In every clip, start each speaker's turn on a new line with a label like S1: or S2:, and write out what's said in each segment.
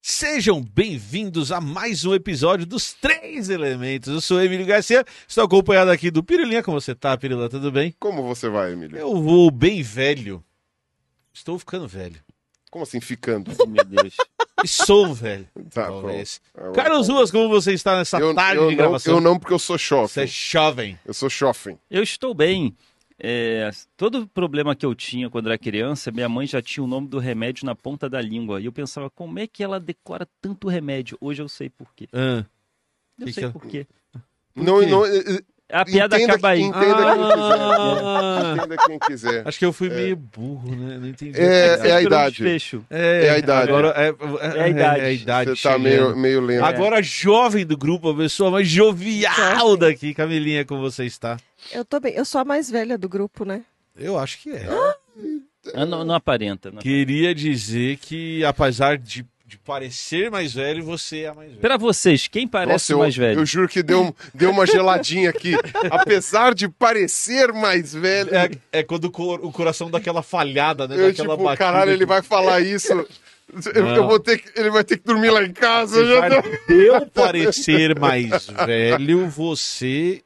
S1: Sejam bem-vindos a mais um episódio dos Três Elementos. Eu sou Emílio Garcia, estou acompanhado aqui do Pirilinha. Como você tá, Pirila? Tudo bem?
S2: Como você vai, Emílio?
S1: Eu vou bem velho. Estou ficando velho.
S2: Como assim, ficando?
S1: Meu Deus. Sou um velho.
S2: Tá,
S1: talvez.
S2: pronto.
S1: Carlos Ruas, como você está nessa
S2: eu,
S1: tarde
S2: eu
S1: de
S2: não,
S1: gravação?
S2: eu não, porque eu sou
S1: Você é
S2: shopping.
S1: jovem.
S2: Eu sou shopping.
S3: Eu estou bem. É, todo problema que eu tinha quando era criança, minha mãe já tinha o nome do remédio na ponta da língua. E eu pensava, como é que ela decora tanto remédio? Hoje eu sei por quê.
S1: Ah,
S3: Eu
S1: Que
S3: sei
S1: que é?
S3: por quê.
S2: Não,
S1: quê?
S2: não, eh, eh,
S3: A piada
S2: entenda,
S3: acaba aí.
S2: Entenda
S1: Ah.
S2: quem quiser. Entenda quem quiser.
S1: acho que eu fui meio burro, né? Não entendi.
S2: É,
S3: Você
S2: é a
S3: tirou um
S2: idade.
S3: desfecho.
S1: É,
S2: é a idade.
S1: Agora, é,
S3: É a idade.
S1: É a idade.
S2: Você tá
S1: chegando.
S2: meio, meio lento.
S1: Agora jovem do grupo, a pessoa mais jovial
S3: é?
S1: daqui. Camilinha, como você está?
S4: Eu tô bem. Eu sou a mais velha do grupo, né?
S1: Eu acho que é.
S2: É.
S3: Ah, não, não aparenta. não.
S1: Queria dizer que, apesar de, de parecer mais velho, você é a mais velha.
S3: Pra vocês, quem parece
S2: Nossa, eu,
S3: o mais velho?
S2: eu juro que deu, um- deu uma geladinha aqui. Apesar de parecer mais velho,
S1: É, é quando o, cor- o coração dá aquela falhada, né?
S2: eu
S1: daquela
S2: tipo,
S1: batida.
S2: caralho, ele vai falar isso. Eu, eu
S1: Não.
S2: vou ter que- ele vai ter que dormir lá em casa. já
S1: Apesar
S2: tô-
S1: de eu parecer mais velho, você,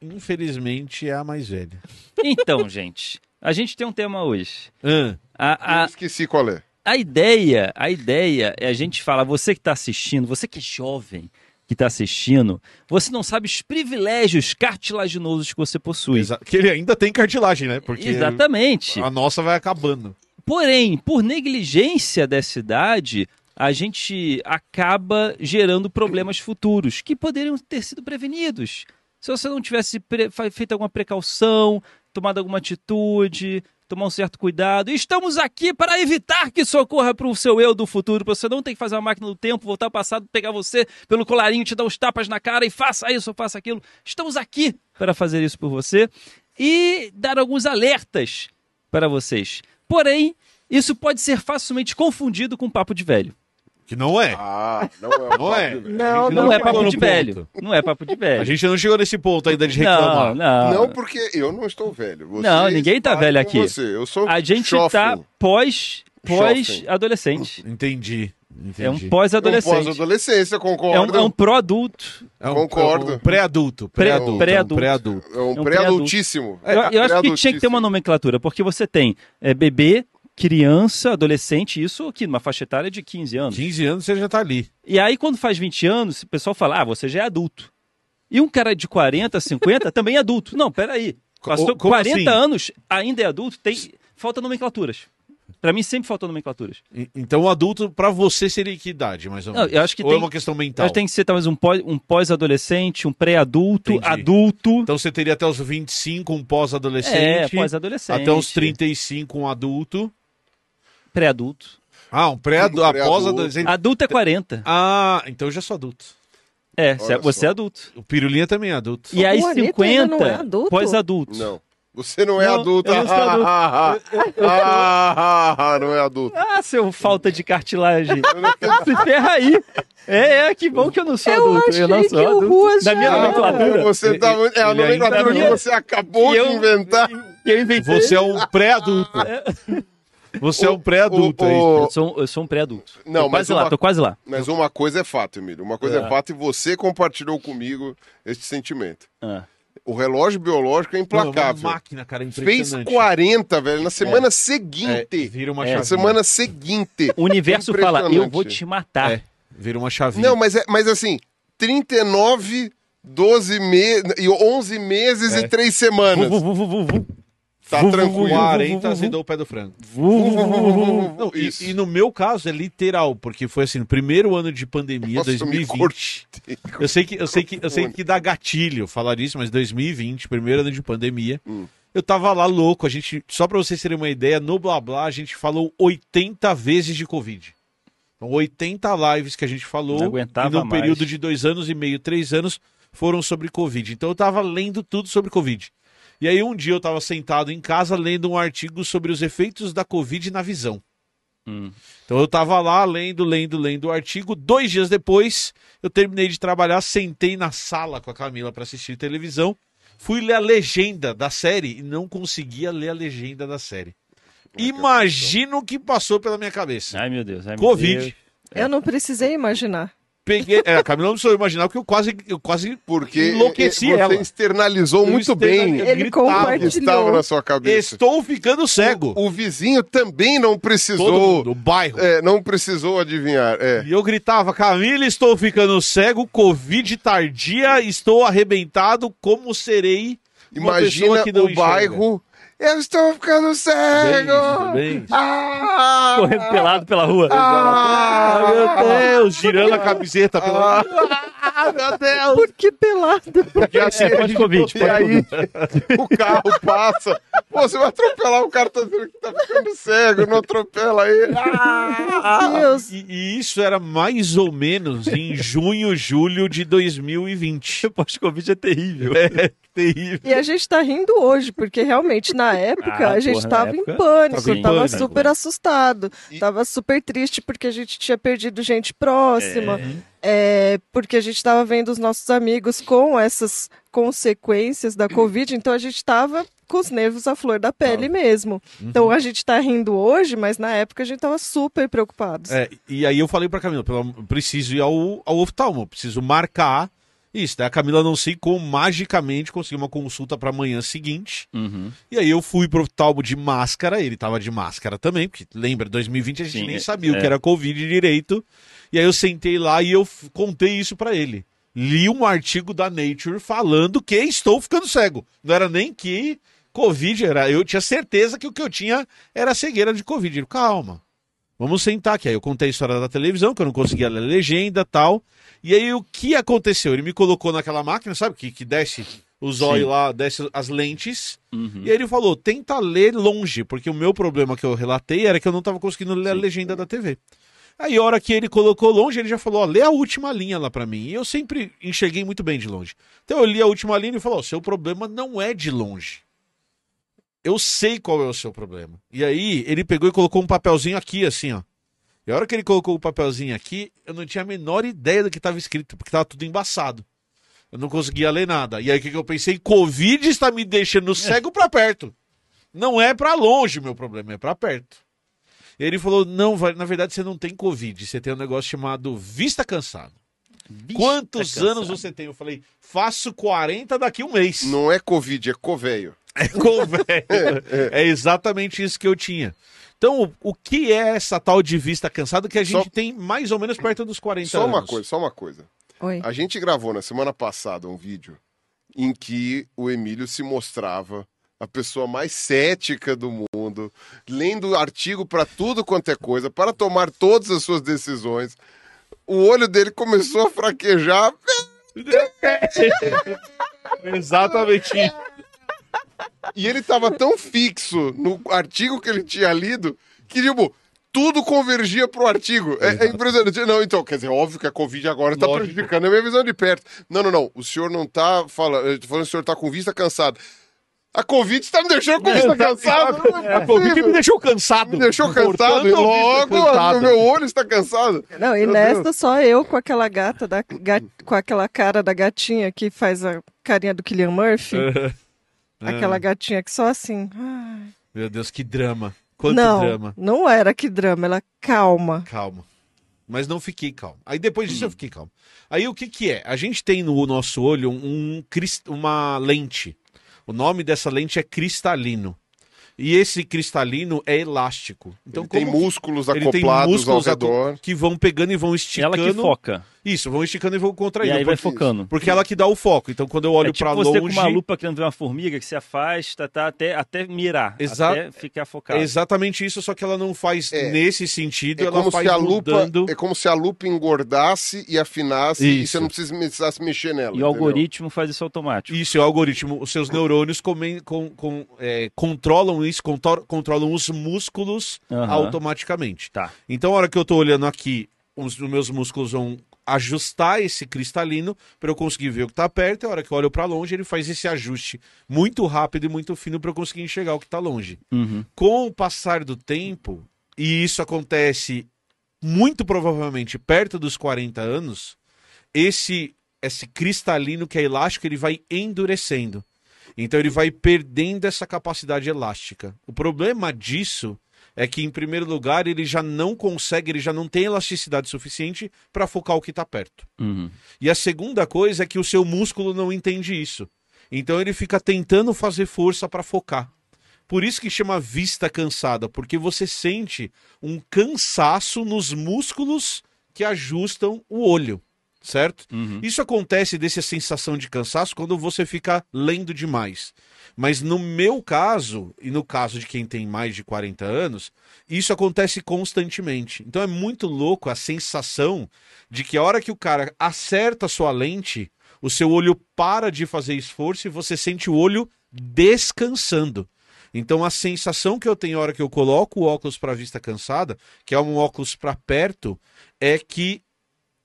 S1: infelizmente, é a mais velha.
S3: Então, gente, a gente tem um tema hoje.
S1: Ah,
S3: A, a,
S2: Esqueci qual é.
S3: a ideia, a ideia é a gente falar, você que está assistindo, você que é jovem que está assistindo, você não sabe os privilégios cartilaginosos que você possui.
S1: exa- que ele ainda tem cartilagem, né? Porque
S3: Exatamente.
S1: a nossa vai acabando.
S3: Porém, por negligência dessa idade, a gente acaba gerando problemas futuros que poderiam ter sido prevenidos. Se você não tivesse pre- fa- feito alguma precaução, tomado alguma atitude, tomar um certo cuidado. E estamos aqui para evitar que isso ocorra para o seu eu do futuro, para você não ter que fazer uma máquina do tempo, voltar ao passado, pegar você pelo colarinho, te dar uns tapas na cara e faça isso, faça aquilo. Estamos aqui para fazer isso por você e dar alguns alertas para vocês. Porém, isso pode ser facilmente confundido com papo de velho.
S1: Que não é.
S2: Ah, não é.
S1: Não é.
S4: Não,
S1: gente
S3: Não,
S4: não,
S3: é
S4: é.
S1: chegou
S3: papo
S1: no
S3: de
S1: ponto.
S3: velho. Não é papo de velho.
S1: A gente não chegou nesse ponto ainda de reclamar.
S3: Não, não.
S2: Não, porque eu não estou velho. Você
S3: Ah. Não, ninguém tá
S2: está
S3: velho
S2: com
S3: aqui.
S2: Você. Eu sou
S3: A gente
S2: jovem.
S3: tá pós pós
S2: Jovem.
S3: adolescente.
S1: Entendi. Entendi.
S3: É um
S2: Eu
S3: pós-adolescente.
S2: pós-adolescência,
S3: É um,
S2: concordo.
S3: é um pró-adulto.
S1: É um-
S2: Concordo.
S1: é um pré-adulto.
S3: Pré-
S1: Pré-adulto. é um
S3: pré-adulto.
S1: pré-adulto.
S2: É um
S3: é um
S2: pré-adultíssimo.
S3: Eu, eu acho que tinha que ter
S2: Pré-adultíssimo.
S3: uma nomenclatura, porque você tem é, bebê, criança, adolescente, isso aqui numa faixa etária de 15 anos.
S1: 15 anos você já tá ali.
S3: E aí, quando faz 20 anos, o pessoal fala, ah, você já é adulto. E um cara de 40, 50 também é adulto. Não, peraí. Passou
S1: Co- como
S3: 40
S1: assim?
S3: anos, ainda é adulto, tem... falta nomenclaturas. Pra mim sempre faltam nomenclaturas.
S1: E- Então, o adulto, pra você, seria que idade, mais ou
S3: Não,
S1: menos?
S3: eu acho que
S1: ou é
S3: tem-
S1: uma questão
S3: Então.
S1: mental?
S3: Acho que tem que ser talvez um pós- um pós-adolescente, um pré-adulto,
S1: Entendi.
S3: adulto.
S1: Então, você teria até os 25 um
S3: é,
S1: pós-adolescente,
S3: pós-adolescente.
S1: até os 35 um adulto.
S3: Pré-adulto.
S1: Ah, um pré-adulto,
S2: Um pré-adulto.
S1: pós-adolescente.
S3: Adulto é 40.
S1: Ah, então eu já sou adulto.
S3: É, cê-
S2: Olha
S3: você
S2: só.
S3: é adulto.
S1: O Pirulinha também é adulto.
S3: E aí
S4: Juanito
S3: 50,
S4: ainda não é adulto?
S3: pós-adulto.
S2: Não. Você não é
S3: Não,
S2: adulto.
S3: eu não sou
S2: Ah,
S3: adulto.
S2: ah, ah. Ah, ah, ah, não é adulto.
S3: Ah, seu falta de cartilagem. Se ferra aí. É, é, que bom que eu não sou
S4: Eu
S3: adulto.
S4: achei
S3: eu não sou
S4: que o
S3: adulto.
S4: Ruas
S3: Da
S4: já
S3: minha
S4: era.
S3: nomenclatura.
S2: Você tá muito- É a
S1: Ele ainda
S2: nomenclatura que
S3: não.
S2: você acabou de
S3: Eu-
S2: inventar.
S3: que eu inventei.
S1: Você é um pré-adulto. Você é um pré-adulto.
S2: O-
S1: é isso.
S2: o-
S3: Eu sou, um- eu sou um pré-adulto.
S2: Não,
S3: tô
S2: mas
S3: quase
S2: eu-
S3: lá, tô quase lá.
S2: Mas uma coisa é fato, Emílio. Uma coisa é. fato e você compartilhou comigo este sentimento.
S1: É.
S3: Ah.
S2: O relógio biológico é
S1: Não, é uma
S2: implacável.
S1: máquina, cara,
S2: Fez
S1: impressionante.
S2: 40, velho, na semana
S1: É,
S2: seguinte.
S1: vira uma
S3: É.
S1: chavinha.
S2: Na semana seguinte.
S3: O universo fala, eu
S2: Impressionante.
S3: vou te matar.
S1: É, vira uma chavinha.
S2: Não, mas, é, mas assim, 39, 12 meses, 11 meses
S1: É.
S2: e 3 semanas.
S3: Vu, vu, vu, vu, vu.
S2: tá
S3: vu, vu,
S2: tranquilo.
S3: vu, vu.
S1: 40 azedou o pé do frango.
S3: Vu, vu, vu, vu, vu.
S1: Não, e,
S2: Isso.
S1: e no meu caso é literal, porque foi assim, no primeiro ano de pandemia,
S2: Nossa, eu me
S1: 2020.
S2: Hum.
S1: Eu sei que eu sei que eu sei que dá gatilho falar isso, mas 2020, primeiro ano de pandemia, Eu tava lá louco, a gente, só pra vocês terem uma ideia, no Blá Blá a gente falou 80 vezes de Covid. Então, 80 lives que a gente falou
S3: Não aguentava
S1: e num
S3: mais.
S1: período de dois anos e meio, três anos, foram sobre Covid. Então eu tava lendo tudo sobre Covid. E aí um dia eu tava sentado em casa lendo um artigo sobre os efeitos da Covid na visão.
S3: Hum.
S1: Então eu tava lá lendo, lendo, lendo o artigo. Dois dias depois, eu terminei de trabalhar, sentei na sala com a Camila para assistir televisão. Fui ler a legenda da série e não conseguia ler a legenda da série.
S2: é
S1: Imagina o que passou pela minha
S2: Né?
S1: cabeça.
S3: Ai, meu Deus. Ai, meu
S1: Covid.
S3: Deus.
S4: Eu não precisei imaginar.
S1: Peguei. É, a Camila não precisou imaginar, porque eu quase, eu quase
S2: Porque
S1: enlouqueci
S2: você
S1: ela.
S2: externalizou
S1: Eu
S2: muito bem
S1: externalizei.
S2: o
S4: Ele
S1: gritava,
S2: que
S4: compartilhou.
S2: estava na sua cabeça.
S1: Estou ficando cego.
S2: O vizinho também não
S1: Todo
S2: precisou,
S1: mundo, o bairro.
S2: é, não precisou adivinhar. É.
S1: E eu gritava, Camila, estou ficando cego, Covid tardia, estou arrebentado, como serei uma
S2: Imagina
S1: pessoa que não
S2: o bairro. Eu estou ficando cego!
S1: enxerga? Bem, bem.
S2: Ah!
S3: Correndo pelado pela rua.
S1: Ah, meu Deus, girando a camiseta pela...
S2: Ah, meu Deus!
S4: Por que pelado?
S2: Porque assim,
S3: É, pode Covid,
S2: e
S3: pode
S2: aí o carro passa. Pô, você vai atropelar o cara tá, dizendo que tá ficando cego, não atropela ele.
S3: Ah.
S4: Meu Deus.
S1: E, e isso era mais ou menos em junho, julho de 2020.
S3: Pós-Covid é terrível.
S1: É terrível.
S4: E a gente tá rindo hoje, porque realmente na época
S3: Ah,
S4: a gente
S3: porra, na
S4: tava
S3: época,
S4: em pânico,
S3: tava em
S4: tava
S3: pânico. né?
S4: super assustado,
S2: E-
S4: tava super triste porque a gente tinha perdido gente próxima, é, porque a gente tava vendo os nossos amigos com essas consequências da Covid, então a gente tava com os nervos à flor da pele mesmo.
S3: Uhum.
S4: Então a gente tá rindo hoje, mas na época a gente tava super preocupado.
S1: É, e aí eu falei pra Camila, pelo am- preciso ir ao, ao oftalmo, preciso marcar isso. Daí a Camila não sei como magicamente conseguiu uma consulta pra manhã seguinte.
S3: Uhum.
S1: E aí eu fui pro oftalmo de máscara, ele tava de máscara também, porque lembra, 2020 a gente
S3: Sim,
S1: nem
S3: é-
S1: sabia o
S3: é.
S1: que era Covid direito. E aí eu sentei lá e eu f- contei isso pra ele. Li um artigo da Nature falando que estou ficando cego. Não era nem que Covid era. Eu tinha certeza que o que eu tinha era cegueira de Covid. Ele, calma. Vamos sentar aqui. Aí eu contei a história da televisão, que eu não conseguia ler legenda tal. E aí o que aconteceu? Ele me colocou naquela máquina, sabe? Que, que desce os olhos
S3: Sim.
S1: lá, desce as lentes.
S3: Uhum.
S1: E aí ele falou: tenta ler longe, porque o meu problema que eu relatei era que eu não tava conseguindo ler a
S3: Sim.
S1: legenda da TV. Aí, a hora que ele colocou longe, ele já falou: ó, lê a última linha lá pra mim. E eu sempre enxerguei muito bem de longe. Então eu li a última linha e ele falou: ó, seu problema não é de longe. Eu sei qual é o seu problema. E aí ele pegou e colocou um papelzinho aqui, assim, ó. E a hora que ele colocou o papelzinho aqui, eu não tinha a menor ideia do que estava escrito, porque tava tudo embaçado. Eu não conseguia ler nada. E aí o que, que eu pensei? Covid está me
S2: É.
S1: deixando cego pra perto. Não é pra longe o meu problema, é pra perto. E ele falou: não, vai- na verdade você não tem Covid, você tem um negócio chamado vista cansada.
S3: Bicho,
S1: Quantos
S3: tá cansado.
S1: anos você tem? Eu falei: faço 40 daqui a um mês.
S2: Não é Covid, é coveio.
S1: É convênio. É exatamente isso que eu tinha. Então, o, o que é essa tal de vista cansada que a gente
S2: Só-
S1: tem mais ou menos perto dos 40
S2: Só
S1: anos?
S2: uma coisa, só uma coisa.
S4: Oi.
S2: A gente gravou na semana passada um vídeo em que o Emílio se mostrava a pessoa mais cética do mundo, lendo artigo para tudo quanto é coisa, para tomar todas as suas decisões. O olho dele começou a fraquejar.
S1: Exatamente isso.
S2: E ele estava tão fixo no artigo que ele tinha lido que, tipo, tudo convergia pro artigo. É, é impressionante. Não, então, quer dizer, óbvio que a Covid agora está
S1: Lógico.
S2: prejudicando a minha visão de perto. Não, não, não. O senhor não tá falando. Eu tô falando que o senhor tá com vista cansada. A Covid está me deixando com vista cansada. Não é
S1: A Covid me
S2: possível.
S1: deixou cansado.
S2: me deixou
S1: Portanto,
S2: cansado e
S1: a vista
S2: logo
S1: cansada.
S2: o meu olho está cansado.
S4: Não, e
S2: Meu
S4: nessa
S2: Deus.
S4: só eu com aquela gata da ga- com aquela cara da gatinha que faz a carinha do Killian Murphy,
S1: É.
S4: aquela gatinha que só assim. ai.
S1: Meu Deus, que drama. Quanto
S4: não,
S1: drama.
S4: não era que drama, ela calma.
S1: Calma. Mas não fiquei calmo. Aí depois
S2: Hum.
S1: disso eu fiquei calmo. Aí o que que é? A gente tem no nosso um olho um, cris- uma lente. O nome dessa lente é cristalino. E esse cristalino é elástico. Então,
S2: ele
S1: como
S2: tem músculos
S1: ele tem
S2: acoplados
S1: músculos
S2: ao
S1: aco-
S2: redor.
S1: que vão pegando e vão
S3: Ela
S1: esticando.
S3: que foca.
S1: Isso, vão esticando e vão
S3: E
S1: contraindo.
S3: aí vai
S1: porque,
S3: focando.
S1: porque ela que dá o foco. Então, quando eu olho
S3: é tipo
S1: pra
S3: você
S1: longe.
S3: com uma lupa querendo ver uma formiga que se afasta, tá? Até, até mirar.
S1: Exa-
S3: Até ficar focado.
S1: É exatamente isso, só que ela não faz
S2: É.
S1: nesse sentido,
S2: É
S1: ela
S2: como,
S1: faz
S2: se a lupa,
S1: mudando.
S2: é como se a lupa engordasse e afinasse e
S1: Isso.
S2: você não precisa- precisasse mexer nela.
S3: E o
S2: entendeu?
S3: algoritmo faz isso automático.
S1: Isso é o algoritmo. Os seus neurônios comem- com- com- é, controlam isso, contor- controlam os músculos
S3: Aham.
S1: automaticamente.
S3: Tá.
S1: Então, a hora que eu tô olhando aqui, os os meus músculos vão ajustar esse cristalino para eu conseguir ver o que tá perto. E a hora que eu olho para longe, ele faz esse ajuste muito rápido e muito fino para eu conseguir enxergar o que tá longe.
S3: Uhum.
S1: com o passar do tempo, e isso acontece muito provavelmente perto dos 40 anos, esse esse cristalino que é elástico, ele vai endurecendo. Então ele vai perdendo essa capacidade elástica. O problema disso é que em primeiro lugar, ele já não consegue, ele já não tem elasticidade suficiente para focar o que está perto.
S3: Uhum.
S1: E a segunda coisa é que o seu músculo não entende isso. Então ele fica tentando fazer força para focar. Por isso que chama vista cansada, porque você sente um cansaço nos músculos que ajustam o olho, certo?
S3: Uhum.
S1: Isso acontece dessa sensação de cansaço quando você fica lendo demais. Mas no meu caso, e no caso de quem tem mais de 40 anos, isso acontece constantemente. Então é muito louco a sensação de que a hora que o cara acerta a sua lente, o seu olho para de fazer esforço e você sente o olho descansando. Então a sensação que eu tenho a hora que eu coloco o óculos para vista cansada, que é um óculos para perto, é que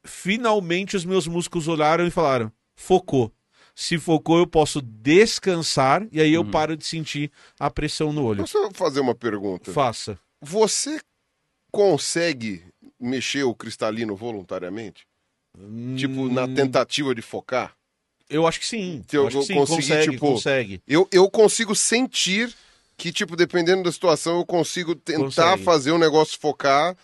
S1: finalmente os meus músculos olharam e falaram: focou. Se focou, eu posso descansar e aí eu
S2: Uhum.
S1: paro de sentir a pressão no olho.
S2: Posso eu fazer uma pergunta?
S1: Faça.
S2: Você consegue mexer o cristalino voluntariamente? Tipo, na
S1: Hum.
S2: tentativa de focar?
S1: Eu acho que sim.
S2: Se eu
S1: Eu acho que sim,
S2: conseguir,
S1: consegue,
S2: tipo,
S1: consegue.
S2: Eu, eu consigo sentir que, tipo, dependendo da situação, eu consigo tentar
S1: Consegue.
S2: fazer um negócio focar,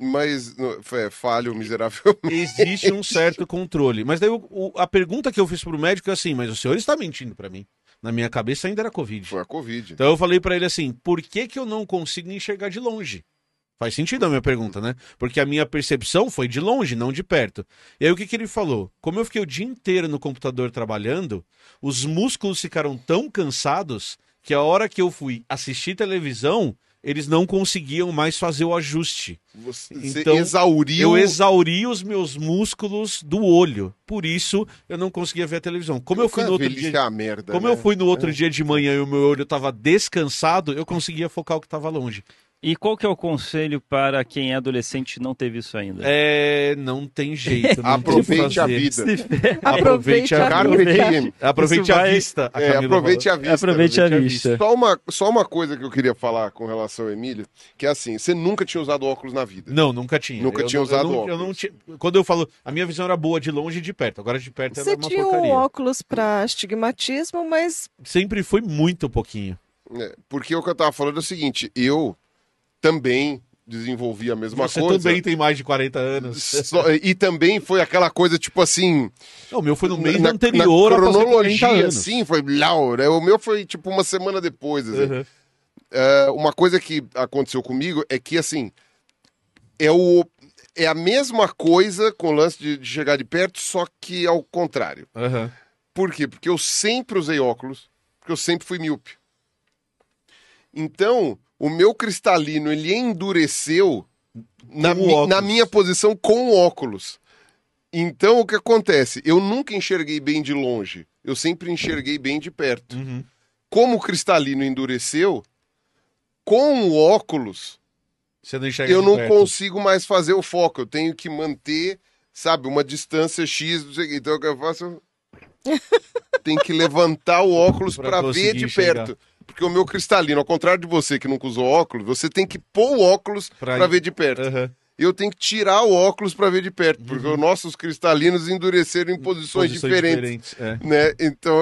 S2: mas no- é, falho miseravelmente.
S1: Existe um certo controle. Mas daí o- o- a pergunta que eu fiz pro médico é assim: mas o senhor está mentindo para mim. Na minha cabeça ainda era Covid.
S2: Foi a Covid.
S1: Então eu falei pra ele assim: por que, que eu não consigo enxergar de longe? Faz sentido a minha pergunta, né? Porque a minha percepção foi de longe, não de perto. E aí o que, que ele falou? Como eu fiquei o dia inteiro no computador trabalhando, os músculos ficaram tão cansados que a hora que eu fui assistir televisão, eles não conseguiam mais fazer o ajuste.
S2: Você,
S1: Então,
S2: você exauriu
S1: Eu exauri os meus músculos do olho. Por isso, eu não conseguia ver a televisão. Como eu fui
S2: Cara,
S1: no outro
S2: velhice
S1: dia.
S2: é uma merda,
S1: Como
S2: né?
S1: eu fui no outro dia de manhã e o meu olho estava descansado, eu conseguia focar o que estava longe.
S3: E qual que é o conselho para quem é adolescente e não teve isso ainda?
S1: É, não tem jeito. não tem o que
S2: Aproveite a
S1: fazer.
S2: vida.
S4: Aproveite
S1: Aproveite
S4: a
S1: a
S2: Carpe
S4: vida.
S2: diem.
S1: Aproveite
S3: Isso
S1: a
S3: vai-
S1: vista. a
S2: É,
S1: Camila
S2: aproveite
S1: falou.
S2: a vista.
S3: Aproveite a
S1: aproveite a
S3: vista.
S2: Só uma, só uma coisa que eu queria falar com relação ao Emílio, que é assim, você nunca tinha usado óculos na vida.
S1: Não, nunca tinha.
S2: Nunca
S1: Eu
S2: tinha
S1: não- eu
S2: usado
S1: não- Eu
S2: óculos.
S1: não tinha. Quando eu falo, a minha visão era boa de longe e de perto. Agora de perto era
S4: Você
S1: Então é uma
S4: tinha um
S1: porcaria.
S4: óculos para astigmatismo, mas
S1: Sempre foi muito pouquinho.
S2: É, porque o que eu tava falando é o seguinte, eu também desenvolvi a mesma
S1: Você
S2: coisa.
S1: também tem mais de 40 anos.
S2: Só- e também foi aquela coisa, tipo assim.
S1: Não, o meu foi no mês
S2: na,
S1: anterior
S2: na
S1: a fazer 40
S2: cronologia,
S1: anos.
S2: assim, foi Laura. O meu foi tipo uma semana depois. assim.
S1: Uhum.
S2: É, uma coisa que aconteceu comigo é que, assim, é, o, é a mesma coisa com o lance de, de chegar de perto, só que ao contrário.
S1: Aham.
S2: Por quê? Porque eu sempre usei óculos, porque eu sempre fui míope. Então, o meu cristalino, ele endureceu na,
S1: o
S2: mi-
S1: óculos.
S2: na minha posição com o óculos. Então, o que acontece? Eu nunca enxerguei bem de longe, eu sempre enxerguei bem de perto.
S1: Uhum.
S2: Como o cristalino endureceu, com o óculos,
S1: Você não enxerga
S2: eu
S1: de
S2: não
S1: perto.
S2: consigo mais fazer o foco. Eu tenho que manter, sabe, uma distância X. não sei o quê. Então o que eu faço? Tem que levantar o óculos
S1: Pra
S2: para ver
S1: conseguir
S2: de
S1: enxergar.
S2: perto. Porque o meu cristalino, ao contrário de você que nunca usou óculos, você tem que pôr o óculos
S1: Pra-
S2: para ver de perto.
S1: Aham. Uhum.
S2: Eu tenho que tirar o óculos para ver de perto, porque os nossos cristalinos endureceram em posições,
S1: Posições
S2: diferentes.
S1: é.
S2: Né? Então,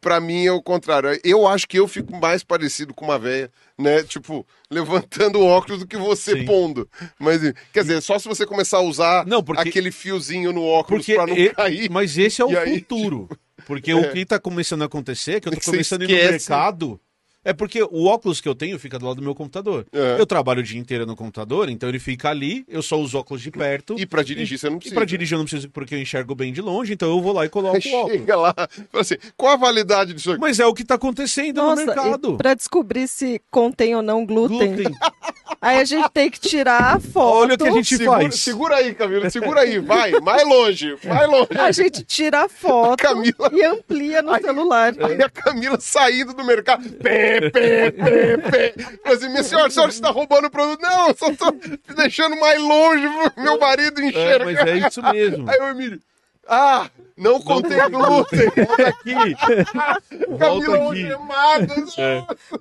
S2: para mim é o contrário. Eu acho que eu fico mais parecido com uma velha, né? Tipo, levantando o óculos do que você
S1: Sim.
S2: pondo. Mas, quer dizer, só se você começar a usar
S1: Não, porque-
S2: aquele fiozinho no óculos
S1: Porque
S2: pra não
S1: e-
S2: cair.
S1: Mas esse é o
S2: E aí, tipo,
S1: futuro. Porque o que tá começando a acontecer é que eu tô
S2: Você
S1: começando a ir no
S2: esquece.
S1: mercado É porque o óculos que eu tenho fica do lado do meu computador.
S2: É.
S1: Eu trabalho o dia inteiro no computador, então ele fica ali, eu só uso óculos de perto.
S2: E pra dirigir você não
S1: E
S2: precisa.
S1: pra dirigir eu não preciso porque eu enxergo bem de longe, então eu vou lá e coloco o óculos.
S2: Chega lá, fala assim, qual a validade disso aqui?
S1: Mas é o que tá acontecendo no mercado.
S4: para descobrir se contém ou não glúten,
S1: Glúten.
S4: aí a gente tem que tirar a foto.
S1: Olha o que a gente
S2: Segura,
S1: faz.
S2: segura aí, Camila, segura aí, vai, mais longe, mais longe.
S4: A gente um tira a foto
S2: Camila.
S4: e amplia no celular.
S2: Aí a Camila saindo do mercado. Pé, pé, pé, pé. Falei assim, minha senhora, a senhora está roubando o produto. Não, eu só tô deixando mais longe pro meu marido
S1: É,
S2: enxergar.
S1: mas é isso mesmo.
S2: Aí o Emílio. Ah, não contei glúten.
S1: Volta aqui.
S2: Camila
S1: Volta aqui. É.
S2: algemada.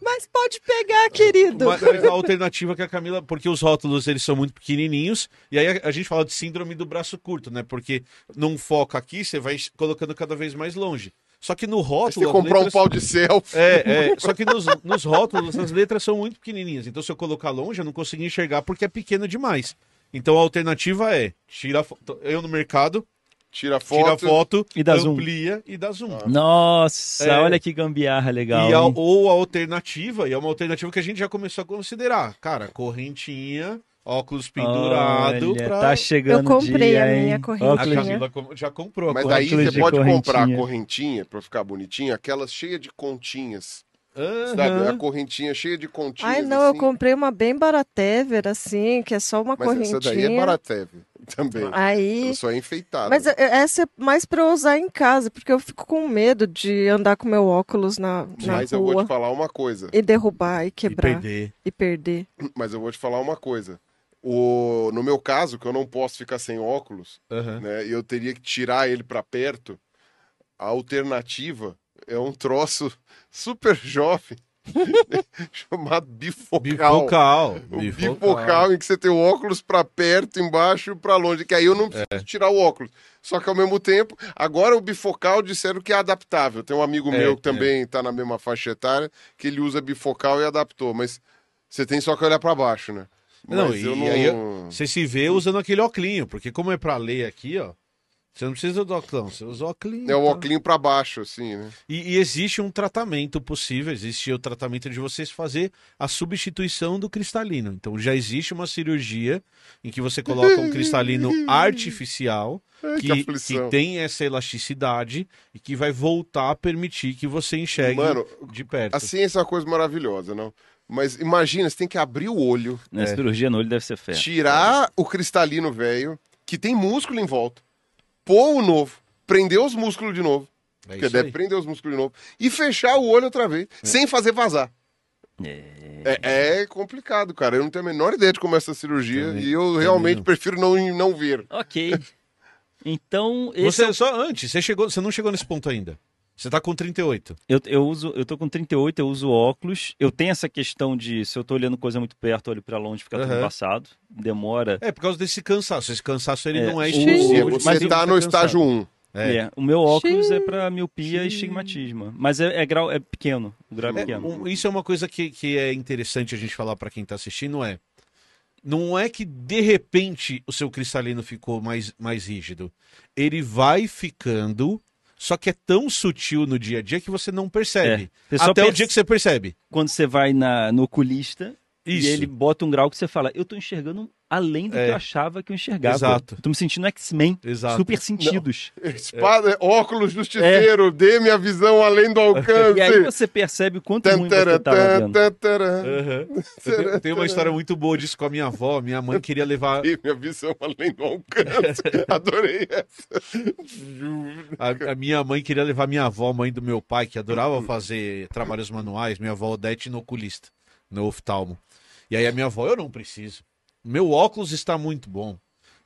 S4: Mas pode pegar, querido.
S1: Mas, mas a alternativa é que a Camila, porque os rótulos eles são muito pequenininhos, e aí a, a gente fala de síndrome do braço curto, né? Porque num foco aqui, você vai colocando cada vez mais longe. Só que no rótulo.
S2: Você
S1: as
S2: comprou um
S1: letras-
S2: pau de selfie.
S1: É, é. Só que nos, nos rótulos as letras são muito pequenininhas. Então se eu colocar longe, eu não consigo enxergar porque é pequeno demais. Então a alternativa é tira a foto. Eu no mercado,
S2: Tira foto.
S1: tira a foto,
S3: E dá zoom.
S1: amplia e dá zoom.
S3: Nossa,
S1: É.
S3: olha que gambiarra legal.
S1: E é a-
S3: hein?
S1: ou a alternativa, e é uma alternativa que a gente já começou a considerar. Cara, correntinha, óculos pendurado.
S3: Olha,
S1: pra...
S3: Tá chegando
S4: Eu
S3: o
S4: comprei
S3: dia,
S4: a minha
S3: hein?
S4: correntinha.
S1: A
S3: Óculos- né?
S1: Camila com- já comprou.
S2: Mas
S1: agora.
S2: aí
S3: óculos
S2: você
S3: de
S2: pode comprar a
S3: correntinha.
S2: correntinha pra ficar bonitinha, aquelas cheias de continhas.
S1: Aham.
S2: Sabe? A correntinha cheia de continhas.
S4: Ai, não,
S2: assim.
S4: eu comprei uma bem baratever, assim, que é só uma
S2: Mas
S4: correntinha.
S2: essa daí é barateve também.
S4: Aí.
S2: Ela só é enfeitada.
S4: Mas é- é- essa é mais pra eu usar em casa, porque eu fico com medo de andar com meu óculos na, na
S2: Mas eu vou
S4: rua
S2: te falar uma coisa.
S4: e derrubar e
S1: E
S4: quebrar
S1: perder.
S4: e perder.
S2: Mas eu vou te falar uma coisa. O... No meu caso, que eu não posso ficar sem óculos,
S1: Aham.
S2: né? E eu teria que tirar ele pra perto. A alternativa é um troço super jovem chamado bifocal.
S1: Bifocal.
S2: O
S1: Ah.
S2: bifocal Tipo, em que você tem o óculos pra perto, embaixo e pra longe, que aí eu não preciso
S1: É.
S2: tirar o óculos. Só que ao mesmo tempo, agora o bifocal disseram que é adaptável. Tem um amigo
S1: É,
S2: meu
S1: é.
S2: que também tá na mesma faixa etária, que ele usa bifocal e adaptou, mas você tem só que olhar pra baixo, né?
S1: Não,
S2: Mas
S1: e aí eu- você se vê usando aquele óculinho, porque como é pra ler aqui, ó. Você não precisa do óculão, você usa o óculinho.
S2: É o
S1: tá?
S2: óculinho pra baixo, assim, né?
S1: E, e existe um tratamento possível, existe o tratamento de vocês fazer a substituição do cristalino. Então já existe uma cirurgia em que você coloca um cristalino artificial
S2: Ai, que
S1: que,
S2: aflição.
S1: que tem essa elasticidade e que vai voltar a permitir que você enxergue
S2: Mano,
S1: de perto.
S2: A ciência é uma coisa maravilhosa, não? Mas imagina, você tem que abrir o olho,
S3: A cirurgia no olho deve ser
S1: É,
S3: fé.
S2: tirar o cristalino velho, que tem músculo em volta, pôr o novo, prender os músculos de novo.
S1: É
S2: Porque
S1: isso
S2: deve
S1: aí.
S2: prender os músculos de novo. E fechar o olho outra vez, sem fazer vazar. É, é complicado, cara. Eu não tenho a menor ideia de como é essa cirurgia.
S1: Também-
S2: e eu
S1: também
S2: realmente
S1: não.
S2: prefiro não, não ver.
S3: Ok. Então, esse
S2: é
S1: Você só antes, você chegou, você não chegou nesse ponto ainda. Você tá com 38.
S3: Eu, eu uso, eu tô com 38, eu uso óculos. Eu tenho essa questão de se eu tô olhando coisa muito perto, eu olho pra longe, fica tudo
S1: Aham.
S3: embaçado. Demora.
S1: É por causa desse cansaço. Esse cansaço ele
S3: É,
S1: não é
S3: o-
S1: exclusivo. de
S3: mas
S2: Você tá
S1: ficar
S2: no
S1: cansado.
S2: estágio 1. Um.
S1: É.
S3: É. O meu óculos
S4: Xiii.
S3: é pra miopia e estigmatismo. Mas é, é grau é pequeno, o grau é
S1: É,
S3: pequeno.
S1: um- isso é uma coisa que, que é interessante a gente falar pra quem tá assistindo, é. Não é que de repente o seu cristalino ficou mais, mais rígido. Ele vai ficando, só que é tão sutil no dia a dia que você não percebe.
S3: É, Você só
S1: Até o
S3: perce-
S1: dia que você percebe.
S3: Quando você vai na, no oculista
S1: Isso.
S3: e ele bota um grau que você fala, eu tô enxergando além do
S1: É.
S3: que eu achava que eu enxergava.
S1: Exato.
S3: Eu Tô me sentindo X-Men.
S1: Exato.
S3: Super sentidos.
S2: Espada, óculos justiceiro, dê-me a visão além do alcance.
S3: É. E
S1: Assim,
S3: aí você percebe o quanto ruim você tá
S2: Tantarã,
S3: tava vendo.
S2: tantarã.
S1: Tem- Tem uma história muito boa disso com a minha avó. Minha mãe queria levar.
S2: Dê-me a visão além do alcance. Adorei essa. Juro.
S1: A, a minha mãe queria levar minha avó, mãe do meu pai, que adorava fazer trabalhos manuais, minha avó Odete no oculista, no oftalmo. E aí a minha avó, eu não preciso. Meu óculos está muito bom.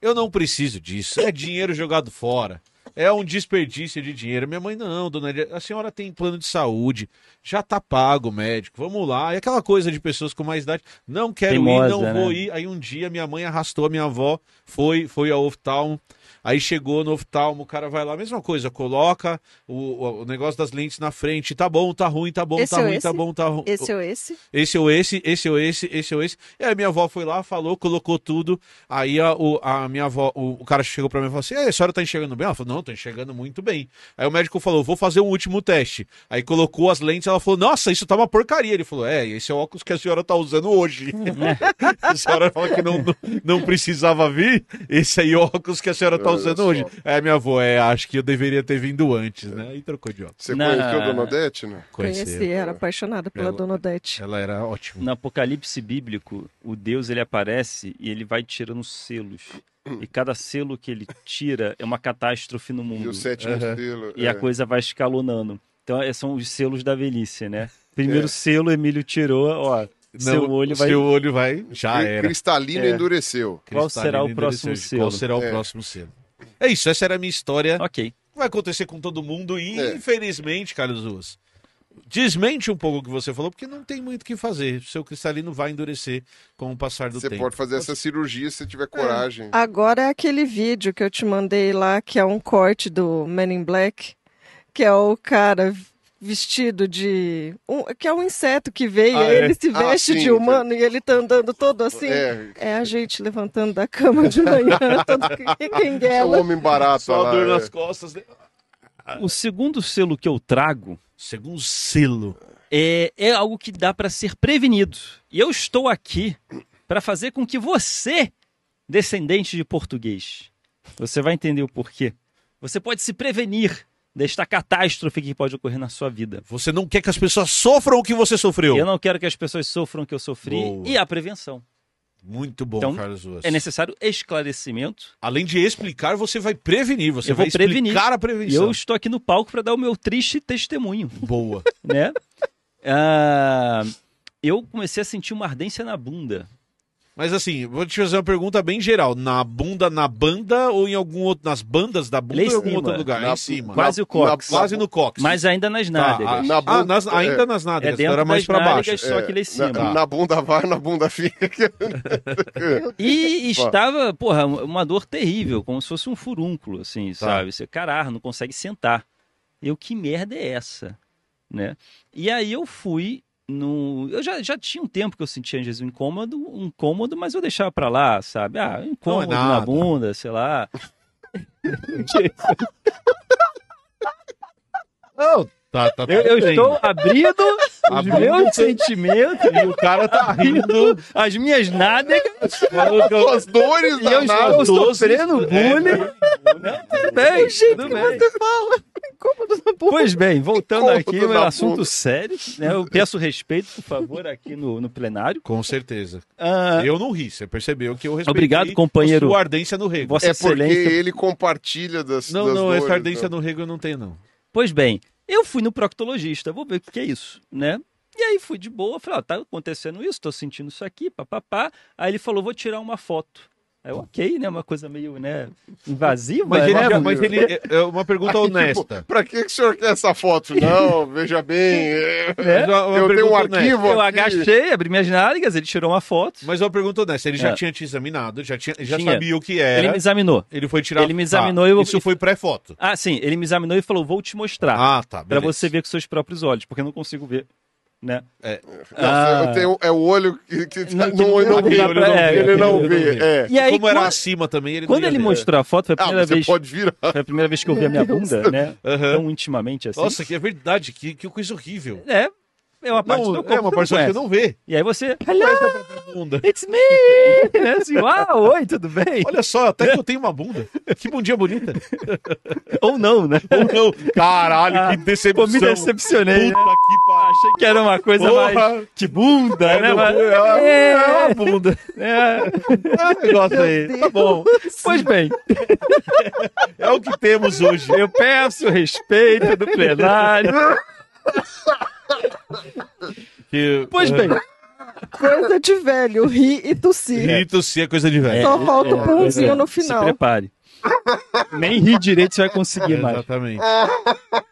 S1: Eu não preciso disso. É dinheiro jogado fora. É um desperdício de dinheiro. Minha mãe, não, dona Elia, a senhora tem plano de saúde, já tá pago o médico, vamos lá. E aquela coisa de pessoas com mais idade, não quero ir,
S3: Teimosa,
S1: não vou
S3: né?
S1: ir. Aí um dia minha mãe arrastou a minha avó, foi, foi ao oftalmo. Aí chegou no oftalmo, o cara vai lá, mesma coisa, coloca o, o negócio das lentes na frente, tá bom, tá ruim, tá bom,
S4: Esse
S1: tá
S4: ou
S1: ruim, tá
S4: esse?
S1: bom, tá ruim.
S4: Esse ou esse?
S1: Esse ou esse, esse ou esse, esse ou esse. E aí minha avó foi lá, falou, colocou tudo. Aí a, o- a minha avó, o, o cara chegou pra mim e falou assim: "E aí, a senhora tá enxergando bem? Ela falou: Não, tô enxergando muito bem. Aí o médico falou: Vou fazer um último teste. Aí colocou as lentes, ela falou: Nossa, isso tá uma porcaria. Ele falou: É, esse é o óculos que a senhora tá usando hoje. a senhora fala que não, não, não precisava vir. Esse aí é o óculos que a senhora tá
S2: Olha
S1: usando
S2: só.
S1: hoje. Aí minha avó, é, acho que eu deveria ter vindo antes, né? E trocou de óculos.
S2: Você
S3: Na-
S2: conheceu a Dona Odete, né?
S4: Conheci, era apaixonada pela
S1: Ela-
S4: Dona Odete.
S1: Ela era ótima.
S3: No Apocalipse bíblico, o Deus ele aparece e ele vai tirando selos. E cada selo que ele tira é uma catástrofe no
S2: E
S3: mundo.
S2: o sétimo
S1: Aham.
S2: selo.
S3: Uhum. E
S2: é.
S3: a coisa vai escalonando. Então é- são os selos da velhice, né? Primeiro selo, Emílio tirou, ó. seu olho vai.
S1: Seu olho vai. Já
S2: Cri-
S1: era.
S2: Cristalino
S3: É.
S2: endureceu.
S3: Qual será o
S1: Cristalino
S3: próximo
S1: endureceu. Qual
S3: selo?
S1: será o
S2: É.
S1: próximo selo? É isso, essa era a minha história.
S3: Ok.
S1: Vai acontecer com todo mundo e,
S2: É.
S1: infelizmente, Carlos Ruas, desmente um pouco o que você falou, porque não tem muito o que fazer. Seu cristalino vai endurecer com o passar do
S2: Você
S1: tempo.
S2: pode fazer essa cirurgia se tiver coragem.
S4: Agora é aquele vídeo que eu te mandei lá, que é um corte do Men in Black, que é o cara vestido de. um- que é um inseto que veio,
S1: Ah,
S4: aí
S1: é?
S4: ele se
S2: Ah,
S4: veste
S2: sim,
S4: de humano e ele tá andando todo assim. É.
S2: É,
S4: a gente levantando da cama de manhã, todo
S2: é o
S4: quenguela.
S2: homem barato
S1: Só
S2: lá.
S1: a dor
S2: é.
S1: nas costas. né?
S3: O segundo selo que eu trago
S1: Segundo selo.
S3: é, é algo que dá para ser prevenido. E eu estou aqui para fazer com que você, descendente de português, você vai entender o porquê. Você pode se prevenir desta catástrofe que pode ocorrer na sua vida.
S1: Você não quer que as pessoas sofram o que você sofreu.
S3: Eu não quero que as pessoas sofram o que eu sofri
S1: Boa.
S3: e a prevenção.
S1: Muito bom,
S3: Então,
S1: Carlos Ruas.
S3: É necessário esclarecimento.
S1: Além de explicar, você vai prevenir. Você
S3: Eu
S1: vai
S3: vou prevenir.
S1: explicar a
S3: E eu
S1: prevenção.
S3: estou aqui no palco para dar o meu triste testemunho.
S1: Boa.
S3: né? Ah, eu comecei a sentir uma ardência na bunda.
S1: Mas assim, vou te fazer uma pergunta bem geral. Na bunda, na banda ou em algum outro. Nas bandas da bunda
S3: Lá em
S1: ou em algum
S3: cima.
S1: outro lugar?
S2: Na-
S1: em cima.
S3: Quase o cóccix.
S2: na-
S1: Quase no cóccix.
S3: Mas ainda nas
S1: Tá,
S3: nádegas.
S1: a-
S2: Na
S1: ah,
S2: bunda-
S1: nas- ainda
S2: é.
S1: nas
S3: É
S1: nádegas.
S3: dentro
S1: era mais
S3: das
S1: pra baixo.
S3: nádegas, só que lá em cima.
S2: Na, na bunda vai, na bunda fica. é
S3: E estava, porra, uma dor terrível, como se fosse um furúnculo, assim, sabe? Você, caralho, não consegue sentar. Eu, que merda é essa? Né? E aí eu fui no... Eu já, já tinha um tempo que eu sentia, às vezes, um incômodo, um incômodo, mas eu deixava pra lá, sabe? Ah, um incômodo na
S1: nada.
S3: bunda, sei lá.
S2: É.
S1: Não, tá, tá, tá
S3: Eu, eu
S1: bem.
S3: estou abrindo os
S1: Abrindo
S3: meus
S1: o seu-
S3: sentimentos,
S1: E o cara tá rindo.
S3: as minhas nádegas,
S1: falando que eu-
S2: As dores
S3: e
S2: da
S3: eu
S2: nada.
S3: estou
S1: doze, é,
S3: sofrendo bullying. Tudo bem, tudo bem. Pois bem, voltando
S2: Incômodo
S3: aqui, meu
S2: na
S3: assunto
S2: bunda.
S3: sério, né? eu peço respeito, por favor, aqui no, no plenário.
S1: Com certeza.
S3: Ah,
S1: Eu não ri. Você percebeu que eu respeitei
S3: Obrigado, companheiro.
S1: a sua ardência no rego. É,
S3: Vossa
S2: É porque
S3: Excelência.
S2: ele compartilha das,
S1: Não,
S2: das
S1: não,
S2: dores.
S1: essa ardência
S3: é
S2: né?
S1: no rego eu não tenho, não.
S3: Pois bem, eu fui no proctologista, vou ver o que que é isso, né? E aí fui de boa, falei, ó, tá acontecendo isso, tô sentindo isso aqui, papapá. Aí ele falou, vou tirar uma foto. Aí eu, ok, né? Uma coisa meio, né, invasiva,
S1: Mas ele,
S3: né?
S1: é, mas ele é- é uma pergunta
S2: Aí, tipo,
S1: honesta.
S2: pra que que o senhor quer essa foto? Não, veja bem. é,
S3: Né?
S1: Mas uma- uma
S2: eu tenho um
S1: pergunta honesta.
S2: arquivo.
S3: Eu
S2: aqui.
S3: agachei, abri minhas nádegas, ele tirou uma foto.
S1: Mas uma pergunta honesta. Ele já
S3: É.
S1: tinha te examinado, já, tinha, já
S3: Tinha.
S1: sabia o que era.
S3: Ele me examinou.
S1: Ele foi tirar. Ah,
S3: Ele me examinou e eu-
S1: Isso foi pré-foto.
S3: Ah, sim, ele me examinou e falou: vou te mostrar.
S1: Ah, tá.
S3: pra
S1: beleza.
S3: você ver com seus próprios olhos, porque eu não consigo ver. Né?
S1: É.
S2: Não,
S3: Ah.
S2: eu tenho- é o olho que, que
S3: Não,
S2: não,
S3: que
S2: não,
S3: não-
S2: não
S3: não
S2: vê.
S3: dá pra- é,
S2: ele
S3: é,
S2: não
S1: eu
S2: vê.
S1: não vi.
S2: é.
S3: E aí,
S1: Como
S3: quando,
S1: era acima também, ele não
S3: quando
S1: ia
S3: ele
S1: ver.
S3: mostrou a foto, foi a
S2: Ah,
S3: primeira
S2: você
S3: vez.
S2: pode virar.
S3: Foi a primeira vez que eu vi a minha bunda, né?
S1: Aham.
S3: Tão intimamente assim.
S1: Nossa, que é verdade, que, que coisa horrível.
S3: É, é uma parte do
S1: Não,
S3: corpo
S1: é uma
S3: que
S1: pessoa que
S3: conhece.
S1: não vê.
S3: E aí você. Hello,
S1: Bunda.
S3: it's me! né? assim, uau, oi, tudo bem?
S1: Olha só, até que eu tenho uma bunda. Que bundinha bonita.
S3: Ou não, né?
S1: Ou não. Caralho, que
S3: Pô,
S1: decepção.
S3: me decepcionei. né?
S1: Puta que pariu.
S3: Achei que era uma coisa
S1: Porra.
S3: mais. Que bunda, né?
S1: não
S3: Mas-
S1: foi, ah,
S3: É,
S1: É uma bunda.
S3: é.
S1: É um negócio aí. Tá bom.
S3: Pois bem,
S1: É o que temos hoje.
S3: eu peço respeito do plenário.
S1: Que, é,
S3: Pois bem,
S4: Coisa de velho, rir e tossir.
S1: Rito se é coisa de velho.
S4: Só falta o pãozinho
S3: é,
S4: no
S3: Se
S4: final.
S3: prepare. Nem rir direito você vai conseguir mais.
S1: É, Exatamente.
S2: É.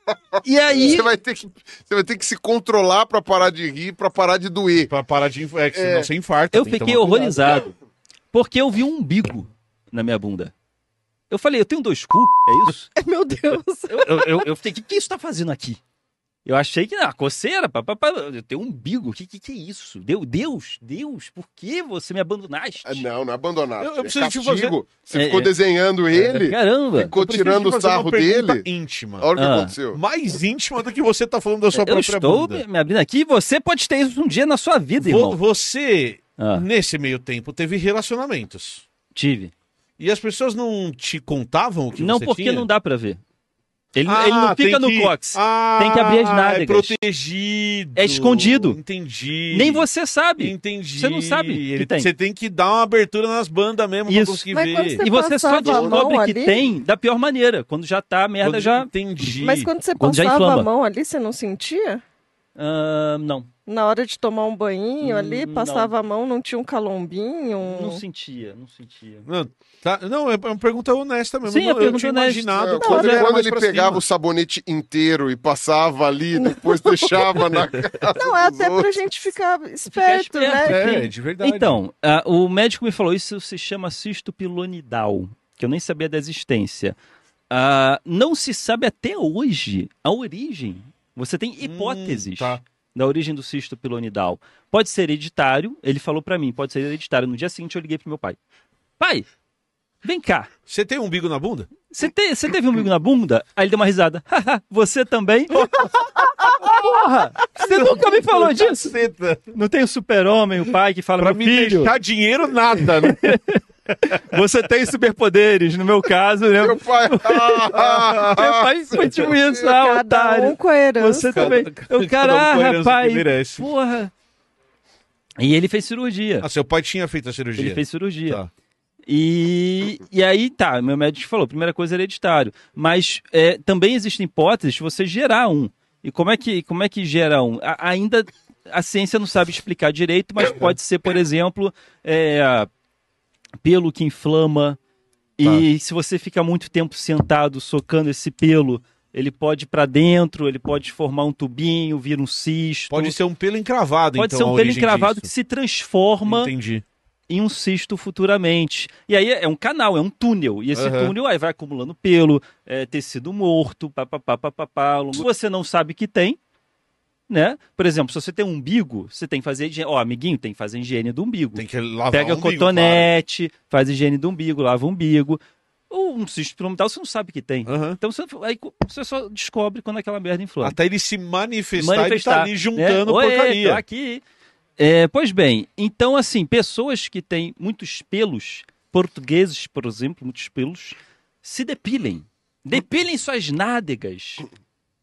S3: E aí,
S2: Você vai, ter que, você vai ter que se controlar pra parar de rir, pra parar de doer.
S1: Pra parar de infartar, é, que senão você infarta.
S3: eu
S1: tem que
S3: fiquei
S1: tomar cuidado.
S3: horrorizado. Porque eu vi um umbigo na minha bunda. Eu falei, eu tenho dois cu? É isso?
S4: Meu Deus.
S3: Eu, eu, eu, eu fiquei, o que, que isso tá fazendo aqui? Eu achei que, ah, coceira, papapá, eu tenho um umbigo, o que, que que é isso? Deu, Deus, Deus, por que você me abandonaste?
S2: Ah, Não, não é abandonar.
S1: Eu- eu
S2: é
S1: preciso te
S2: castigo.
S1: fazer-
S2: Você
S3: É,
S2: ficou
S3: é.
S2: desenhando ele,
S3: Caramba,
S2: ficou
S1: Eu preciso te
S2: tirando o
S1: fazer uma
S2: sarro
S1: pergunta
S2: dele.
S1: íntima.
S2: Olha o que
S3: Ah.
S2: aconteceu.
S1: Mais íntima do que você tá falando da sua
S3: eu
S1: própria
S3: estou
S1: bunda.
S3: me- me abrindo aqui e você pode ter isso um dia na sua vida,
S1: Vo-
S3: irmão.
S1: Você,
S3: Ah,
S1: nesse meio tempo, teve relacionamentos.
S3: tive.
S1: E as pessoas não te contavam o que
S3: Não,
S1: você
S3: porque
S1: tinha?
S3: não dá pra ver. Ele,
S1: Ah,
S3: ele não
S1: tem
S3: fica no
S1: que-
S3: cox.
S1: Ah,
S3: Tem que abrir as
S1: É
S3: nádegas.
S1: protegido.
S3: É escondido.
S1: Entendi.
S3: Nem você sabe.
S1: Entendi.
S3: Você não sabe que
S1: Ele-
S3: tem.
S1: Você tem que dar uma abertura nas bandas mesmo
S3: Isso.
S1: pra conseguir
S4: Mas quando
S1: ver.
S4: você
S3: E você só
S4: passava a
S3: descobre
S4: mão
S3: que
S4: ali?
S3: tem da pior maneira. Quando já tá, a merda já.
S1: Entendi.
S4: Mas quando você
S3: Quando já
S4: passava
S3: inflama.
S4: a mão ali, você não sentia?
S3: Ah, não,
S4: Na hora de tomar um banhinho ali,
S3: Hum,
S4: passava a mão, não tinha um calombinho? um-
S1: Hum.
S3: não sentia, não sentia.
S1: Não, tá- não, é uma pergunta honesta mesmo.
S3: Sim,
S1: eu
S3: é
S1: não- eu
S3: pergunta
S1: tinha
S3: honesta. é
S1: imaginado
S2: Não,
S1: quando
S2: quando
S1: era
S2: quando
S1: mais
S2: ele
S1: pra
S2: pegava
S1: cima.
S2: o sabonete inteiro e passava ali, depois deixava na casa.
S4: Não, é
S2: dos
S4: até pra
S2: outros.
S4: gente ficar esperto,
S3: esperto,
S4: né?
S1: É, de verdade.
S3: Então, ah, o médico me falou isso se chama cisto pilonidal, que eu nem sabia da existência. Ah, não se sabe até hoje a origem. Você tem hipóteses
S1: tá.
S3: da origem do cisto pilonidal. Pode ser hereditário, ele falou pra mim, pode ser hereditário. No dia seguinte eu liguei pro meu pai. Pai, vem cá.
S1: Você tem um umbigo na bunda?
S3: Você te- você teve um umbigo na bunda? Aí ele deu uma risada. Haha, você também? Porra! Você nunca me falou disso?
S1: Caceta.
S3: Não tem o super-homem, o pai que fala,
S1: Pra me
S3: meu filho,
S1: deixar dinheiro, nada. né?
S3: você tem superpoderes. No meu caso, né?
S2: Meu pai.
S3: Meu pai foi tipo isso, ah,
S4: Cada
S3: otário.
S4: um com a herança.
S3: Você também. Eu,
S1: Cada um com a
S3: caralho,
S1: herança que
S3: rapaz.
S1: merece.
S3: Porra. E ele fez cirurgia.
S1: Ah, seu pai tinha feito a cirurgia.
S3: Ele fez cirurgia.
S1: Tá.
S3: E, e aí, tá, meu médico falou, primeira coisa é hereditário. Mas é, também existem hipóteses de você gerar um. E como é que, como é que gera um? A- ainda a ciência não sabe explicar direito, mas pode ser, por exemplo, é, pelo que inflama.
S1: Tá.
S3: E se você fica muito tempo sentado socando esse pelo, ele pode ir pra dentro, ele pode formar um tubinho, vir um cisto.
S1: Pode ser um pelo encravado,
S3: Pode
S1: então,
S3: ser
S1: a
S3: um pelo
S1: origem
S3: encravado que
S1: disso.
S3: se transforma
S1: Entendi.
S3: em um cisto futuramente. E aí é um canal, é um túnel. E esse
S1: Aham.
S3: túnel aí vai acumulando pelo, é, tecido morto, papapá, papapá. ao longo- Você não sabe que tem, né? Por exemplo, se você tem um umbigo, você tem que fazer higiene. Ó, amiguinho, tem que fazer higiene do umbigo.
S1: Tem que lavar
S3: Pega
S1: o umbigo,
S3: cotonete, faz higiene do umbigo, lava o umbigo. Ou um cisto pilomital, você não sabe que tem.
S1: claro. Aham.
S3: Então você, aí você só descobre quando aquela merda inflama
S1: Até ele se manifestar,
S3: manifestar.
S1: ele tá ali juntando
S3: né? Oê, tô
S1: porcaria.
S3: aqui. É, pois bem, então assim, pessoas que têm muitos pelos, portugueses, por exemplo, muitos pelos, se depilem. Depilem suas nádegas.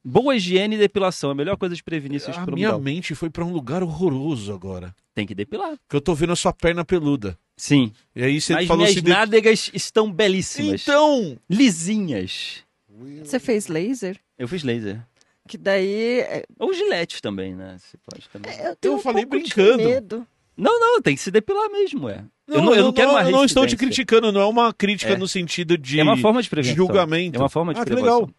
S3: Boa higiene e depilação, é a melhor coisa de prevenir esses
S1: A Ah, minha
S3: problemas.
S1: mente foi pra um lugar horroroso agora.
S3: Tem que depilar.
S1: Que eu tô vendo a sua perna peluda.
S3: Sim.
S1: E aí você
S3: Mas
S1: falou
S3: minhas
S1: assim. de-
S3: nádegas estão belíssimas.
S1: Então,
S3: Lisinhas.
S4: Você fez laser?
S3: Eu fiz laser.
S4: Que daí. é,
S3: Ou gilete também, né? Você pode também.
S1: É.
S4: Eu, tenho um
S1: falei
S4: pouco de
S1: brincando.
S4: medo.
S3: Não, não, tem que se depilar mesmo, é.
S1: não,
S3: eu não, eu não quero uma
S1: eu não estou te
S3: residência.
S1: criticando, não é uma crítica
S3: É.
S1: no sentido de
S3: É uma forma de prevenção.
S1: julgamento.
S3: É uma forma de
S1: Ah, que
S3: prevenção.
S1: legal.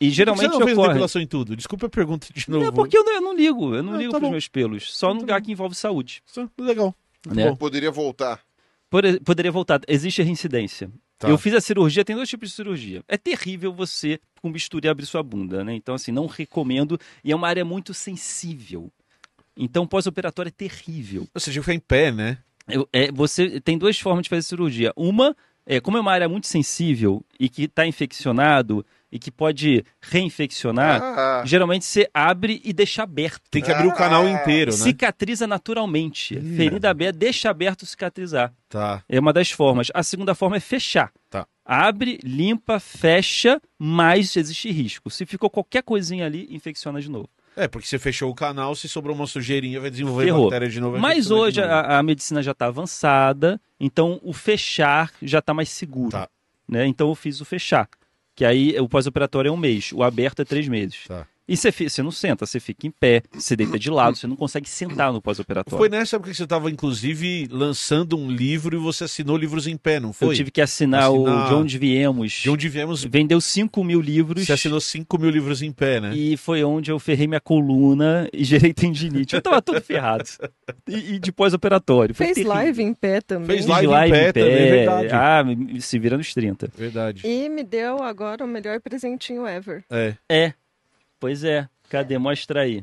S3: E
S1: Por
S3: geralmente
S1: que você não fez
S3: ocorre.
S1: depilação em tudo. Desculpa a pergunta de novo.
S3: Não, porque eu não, eu não ligo, eu não
S1: Ah,
S3: ligo
S1: tá
S3: pros
S1: bom.
S3: meus pelos, só no
S1: Tá
S3: lugar que envolve saúde.
S1: Isso, Legal.
S3: né?
S1: Bom,
S2: Poderia voltar.
S3: Por- poderia voltar, existe a reincidência.
S1: Tá.
S3: Eu fiz a cirurgia, tem dois tipos de cirurgia. É terrível você com bisturi abrir sua bunda, né? Então assim, não recomendo e é uma área muito sensível. Então pós-operatório é terrível.
S1: Ou seja, ficar em pé, né?
S3: Eu- é, você tem duas formas de fazer cirurgia. Uma, é, como é uma área muito sensível e que está infeccionado e que pode reinfeccionar,
S2: Ah,
S3: geralmente você abre e deixa aberto.
S1: Tem que abrir o canal inteiro, né?
S3: Cicatriza naturalmente.
S1: Hum.
S3: Ferida aberta, deixa aberto cicatrizar.
S1: Tá.
S3: É uma das formas. A segunda forma é fechar.
S1: Tá.
S3: Abre, limpa, fecha, mas existe risco. Se ficou qualquer coisinha ali, infecciona de novo.
S1: É, porque você fechou o canal, se sobrou uma sujeirinha, vai desenvolver
S3: Ferrou.
S1: bactéria de novo. vai
S3: Mas
S1: infeccionar
S3: hoje
S1: de novo.
S3: a, a medicina já está avançada, então o fechar já está mais seguro.
S1: Tá.
S3: Né? Então eu fiz o fechar, que aí o pós-operatório é um mês, o aberto é três meses.
S1: Tá.
S3: E você, fi- você não senta, você fica em pé, você deita de lado, você não consegue sentar no pós-operatório.
S1: Foi nessa época que você estava, inclusive, lançando um livro e você assinou livros em pé, não foi?
S3: Eu tive que assinar, o
S1: Assinar-
S3: De Onde Viemos.
S1: De onde viemos,
S3: Vendeu 5 mil livros.
S1: você assinou 5 mil livros em pé, né?
S3: E foi onde eu ferrei minha coluna e gerei tendinite. Eu tava todo ferrado. E, e de pós-operatório. Foi
S4: Fez
S3: terrível.
S4: live em pé também.
S1: Fez
S3: Fiz
S1: live em pé também, é verdade.
S3: Ah, me- me- se vira nos 30.
S1: Verdade.
S4: E me deu agora o melhor presentinho ever.
S1: É.
S3: É. Pois é. Cadê? Mostra aí.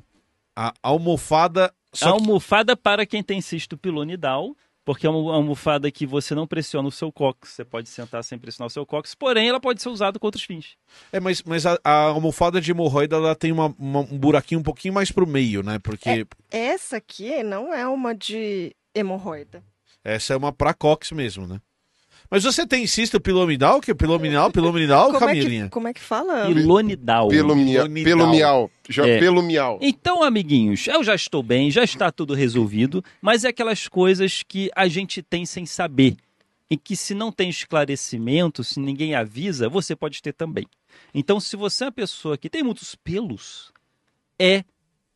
S1: A almofada. Só que-
S3: Almofada para quem tem cisto pilonidal, porque é uma almofada que você não pressiona o seu cóccix. Você pode sentar sem pressionar o seu cóccix, porém ela pode ser usada com outros fins.
S1: É, mas, mas a, a almofada de hemorroida ela tem uma- uma- um buraquinho um pouquinho mais pro meio, né?
S3: É,
S1: Porque
S4: Essa aqui não é uma de hemorroida.
S1: essa é uma pra cox mesmo, né? Mas você tem cisto pilominal, que é pilominal, pilominal,
S4: como, é que,
S1: Camilinha?
S4: como é que
S1: Ah,
S4: fala?
S3: Pilonidal.
S2: Pelo, mia,
S1: Lonidal.
S2: pelo miau. Já
S3: É.
S2: pelo miau.
S3: Então, amiguinhos, eu já estou bem, já está tudo resolvido, mas é aquelas coisas que a gente tem sem saber. E que se não tem esclarecimento, se ninguém avisa, você pode ter também. Então, se você é uma pessoa que tem muitos pelos, é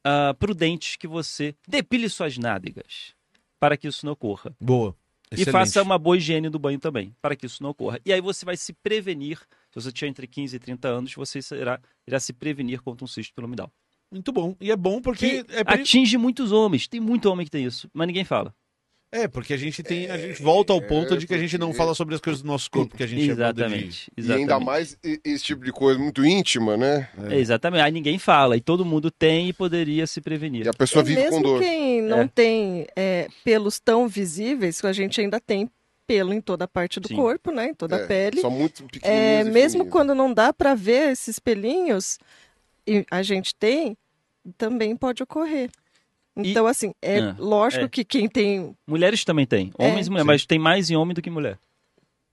S3: ah, prudente que você depile suas nádegas para que isso não ocorra.
S1: Boa.
S3: E
S1: Excelente.
S3: faça uma boa higiene do banho também, para que isso não ocorra. E aí você vai se prevenir, se você tiver entre 15 e 30 anos, você será, irá se prevenir contra um cisto piramidal
S1: Muito bom. E é bom porque.
S3: que
S1: É, por-
S3: atinge muitos homens. Tem muito homem que tem isso, mas ninguém fala.
S1: é, porque a gente tem. A gente volta ao ponto
S2: É,
S1: de que a gente não
S2: porque-
S1: fala sobre as coisas do nosso corpo, que a gente é moda de-
S3: Exatamente.
S2: E ainda mais e- esse tipo de coisa muito íntima, né?
S3: É, exatamente. Aí ninguém fala, e todo mundo tem e poderia se prevenir.
S2: E a pessoa
S4: E
S2: vive
S4: É mesmo
S2: com dor.
S4: quem não
S3: É.
S4: tem é, pelos tão visíveis, a gente ainda tem pelo em toda a parte do
S3: Sim.
S4: corpo, né? Em toda
S2: É,
S4: a pele.
S2: Só muito
S4: É,
S2: pequenininhos e
S4: mesmo
S2: fininhos. né,
S4: quando não dá para ver esses pelinhos, e a gente tem, também pode ocorrer.
S3: E-
S4: Então, assim, é
S3: Ah,
S4: lógico
S3: é.
S4: que quem tem.
S3: Mulheres também têm.
S4: É.
S3: Homens e mulheres, mas tem mais em homem do que em mulher.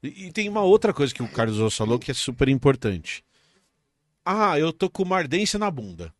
S1: E, e tem uma outra coisa que o Carlos Osso falou que é super importante. Ah, eu tô com uma ardência na bunda.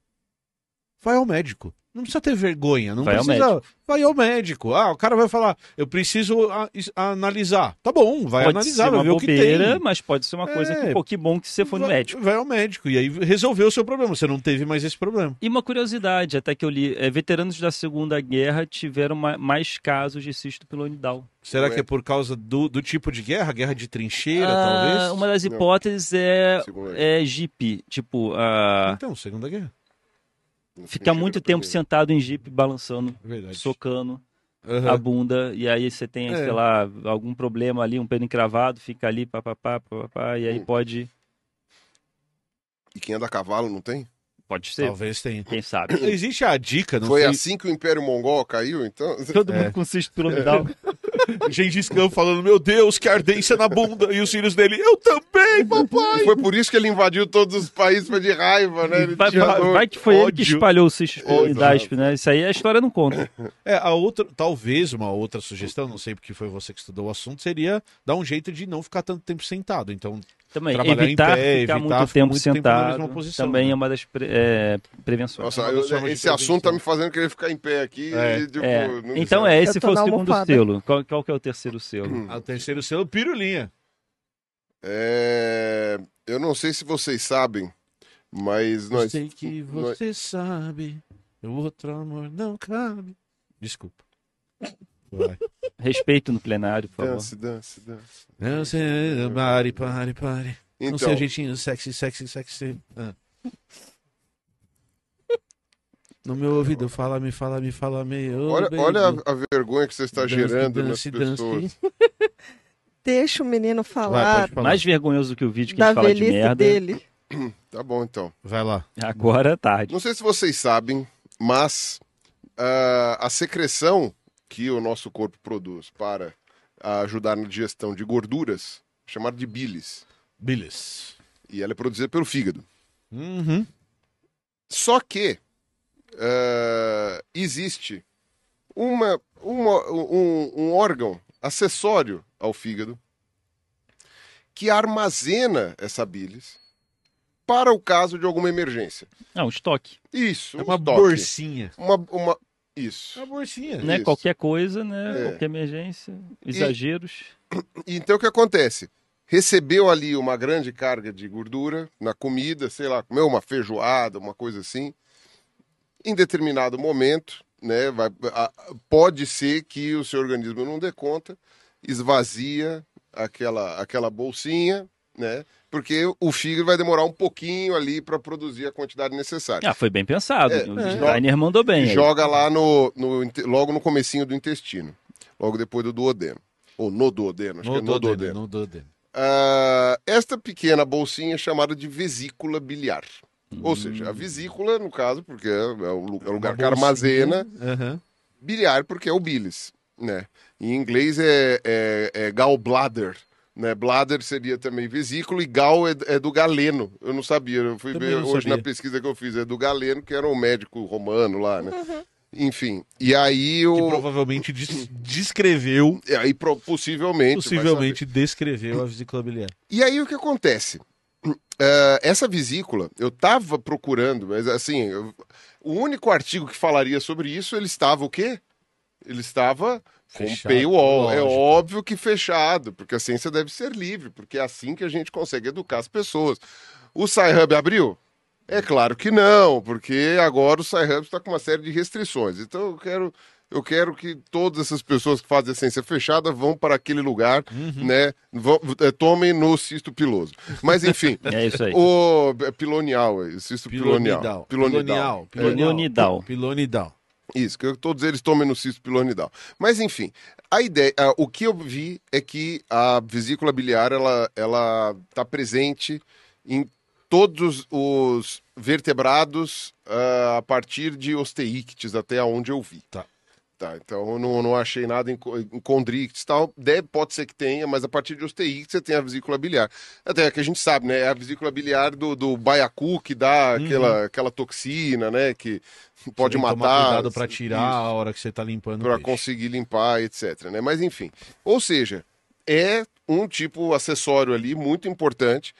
S1: Vai ao médico. Não precisa ter vergonha, não
S3: Vai ao
S1: precisa. vai ao médico. Ah, o cara vai falar, eu preciso a- is- analisar. Tá bom, vai
S3: pode
S1: analisar,
S3: ser
S1: vai
S3: uma
S1: ver o
S3: bobeira,
S1: que tem.
S3: mas pode ser uma coisa
S1: É.
S3: que, pô, que bom que você foi no
S1: Vai-
S3: médico.
S1: Vai ao médico e aí resolveu o seu problema. Você não teve mais esse problema.
S3: E uma curiosidade, até que eu li, é, veteranos da Segunda Guerra tiveram ma- mais casos de cisto pilonidal.
S1: Será
S2: Ué.
S1: que é por causa do, do tipo de guerra? Guerra de trincheira,
S3: Ah,
S1: talvez?
S3: Uma das
S2: Não.
S3: hipóteses é,
S2: Segunda guerra.
S3: é jipe, tipo, ah,
S1: Então, Segunda Guerra.
S3: ficar muito tempo sentado em jipe, balançando,
S1: É Verdade.
S3: socando
S1: Aham.
S3: a bunda, e aí você tem,
S1: É.
S3: sei lá, algum problema ali, um pelo encravado, fica ali, papapá, papapá, e aí
S2: Hum.
S3: pode.
S2: E quem anda a cavalo não tem?
S3: Pode ser,
S1: Talvez tenha.
S3: quem sabe.
S1: Existe a dica, não
S2: Foi
S1: sei-
S2: assim que o Império Mongol caiu, então?
S3: Todo
S1: É.
S3: mundo com cisto piramidal.
S1: Gengis Khan falando, meu Deus, que ardência na bunda. E os filhos dele, eu também, papai.
S2: Foi por isso que ele invadiu todos os países foi de raiva, né? Ele
S3: Vai,
S2: tinha
S3: vai-
S2: dor.
S3: vai que foi ele que
S1: ódio.
S3: espalhou o cisto
S2: Ódio.
S3: piramidal, né? Isso aí a história não conta.
S1: É, a outra, talvez uma outra sugestão, não sei porque foi você que estudou o assunto, seria dar um jeito de não ficar tanto tempo sentado. Então,
S3: Também,
S1: Trabalhar em
S3: evitar
S1: pé,
S3: ficar
S1: evitar
S3: muito
S1: ficar
S3: tempo
S1: muito tempo na
S3: sentado
S1: mesma posição,
S3: também
S1: né?
S3: é uma das pre- é, prevenções.
S2: Nossa,
S1: Uma
S2: eu-
S1: das formas de
S2: esse assunto tá
S1: prevenção.
S2: me fazendo querer ficar em pé aqui.
S1: É.
S2: e, tipo,
S3: É,
S2: não-
S3: Então é, esse
S4: Eu tô
S3: foi o
S4: na
S3: segundo
S4: almofada.
S3: selo. Qual, qual que é o terceiro selo?
S1: o terceiro selo, pirulinha.
S2: É, Eu não sei se vocês sabem, mas nós.
S1: que
S2: nós-
S1: sabe, o outro amor não cabe. Desculpa. Vai.
S3: Respeito no plenário, por
S1: É,
S3: favor.
S2: Dance, dance, dance.
S1: Não sei, pare, pare, pare. Não
S2: Então,
S1: sei o jeitinho sexy, sexy, sexy. Ah. No meu ouvido, fala, me fala, me fala, me. Ô,
S2: olha,
S1: baby.
S2: olha a, a vergonha que você está
S1: Dance,
S2: gerando
S1: dance,
S2: nas
S1: dance.
S2: pessoas.
S4: Deixa o menino
S1: Vai,
S4: falar
S1: pode falar.
S3: Mais vergonhoso que o vídeo que a
S4: da
S3: gente fala de
S4: velhice
S3: merda.
S4: dele.
S2: Tá bom, então.
S1: Vai lá.
S3: Agora é tarde.
S2: Não sei se vocês sabem, mas ah, a secreção que o nosso corpo produz para ajudar na digestão de gorduras, chamada de bilis,
S1: Billis.
S2: e ela é produzida pelo fígado. Um
S1: Uhum.
S2: Só que ah, existe uma, uma- um, um órgão acessório ao fígado que armazena essa bilis para o caso de alguma emergência.
S3: Ah, um estoque.
S2: Isso,
S1: É
S2: um
S1: uma
S2: estoque.
S1: bolsinha.
S2: Uma, uma- Isso.
S1: É uma bolsinha.
S3: Né?
S2: Isso.
S3: Qualquer coisa, né?
S2: É.
S3: Qualquer emergência, exageros.
S2: Então o que acontece? recebeu ali uma grande carga de gordura na comida, sei lá, comeu uma feijoada, uma coisa assim. Em determinado momento, né, vai- a- pode ser que o seu organismo não dê conta, esvazia aquela, aquela bolsinha, né? Porque o fígado vai demorar um pouquinho ali para produzir a quantidade necessária.
S3: Ah, foi bem pensado.
S2: É,
S3: o
S2: é.
S3: designer mandou bem. aí.
S2: Joga lá no, no inte- logo no comecinho do intestino, logo depois do duodeno. Ou no duodeno, acho que é no duodeno.
S1: No duodeno.
S2: Ah, esta pequena bolsinha é chamada de vesícula biliar. Ou seja, a vesícula, no caso, porque é, é o lu- é o lugar que
S1: Hum. Uma bolsinha.
S2: armazena,
S1: Aham.
S2: biliar porque é o bilis, né? Em inglês é, é, é gallbladder, né? Bladder seria também vesícula e gal é, é do galeno. Eu não sabia, eu fui
S1: Também
S2: ver
S1: não
S2: hoje
S1: sabia.
S2: na pesquisa que eu fiz, é do galeno, que era um médico romano lá, né? Enfim, e aí
S1: Que
S2: o...
S1: provavelmente des- descreveu,
S2: e Aí pro- possivelmente... vai saber.
S1: possivelmente descreveu a vesícula biliar.
S2: E aí o que acontece? Eh, essa vesícula, eu tava procurando, mas assim, eu- o único artigo que falaria sobre isso, ele estava o quê? Ele estava
S1: Fechado,
S2: com paywall. É
S1: lógico.
S2: óbvio que fechado, porque a ciência deve ser livre, porque é assim que a gente consegue educar as pessoas. O SciHub abriu? É claro que não, porque agora o SciHub está com uma série de restrições. Então eu quero, eu quero que todas essas pessoas que fazem a ciência fechada vão para aquele lugar,
S3: Uhum.
S2: né? Vão- eh, tomem no cisto piloso. Mas enfim,
S3: É isso aí.
S2: o é pilonial, é, cisto pilonial.
S1: Pilonidal.
S3: Pilonidal.
S1: Pilonidal.
S2: Isso, que todos eles tomem no cisto pilonidal. Mas enfim, a ideia, ah, o que eu vi é que a vesícula biliar ela ela está presente em todos os vertebrados ah, a partir de osteíctes até onde eu vi.
S1: Tá.
S2: Tá, então eu não, não achei nada em, co- em condrictes e tal. Deve, pode ser que tenha, mas a partir de osteíctes você tem a vesícula biliar. Até que a gente sabe, né? É a vesícula biliar do, do baiacu que dá
S1: Uhum.
S2: aquela, aquela toxina, né? Que pode
S1: Tem que
S2: matar.
S1: Tomar cuidado pra
S2: isso,
S1: tirar a hora que você tá limpando
S2: para
S1: o peixe.
S2: conseguir limpar, etc. Né? Mas enfim, ou seja, é um tipo acessório ali muito importante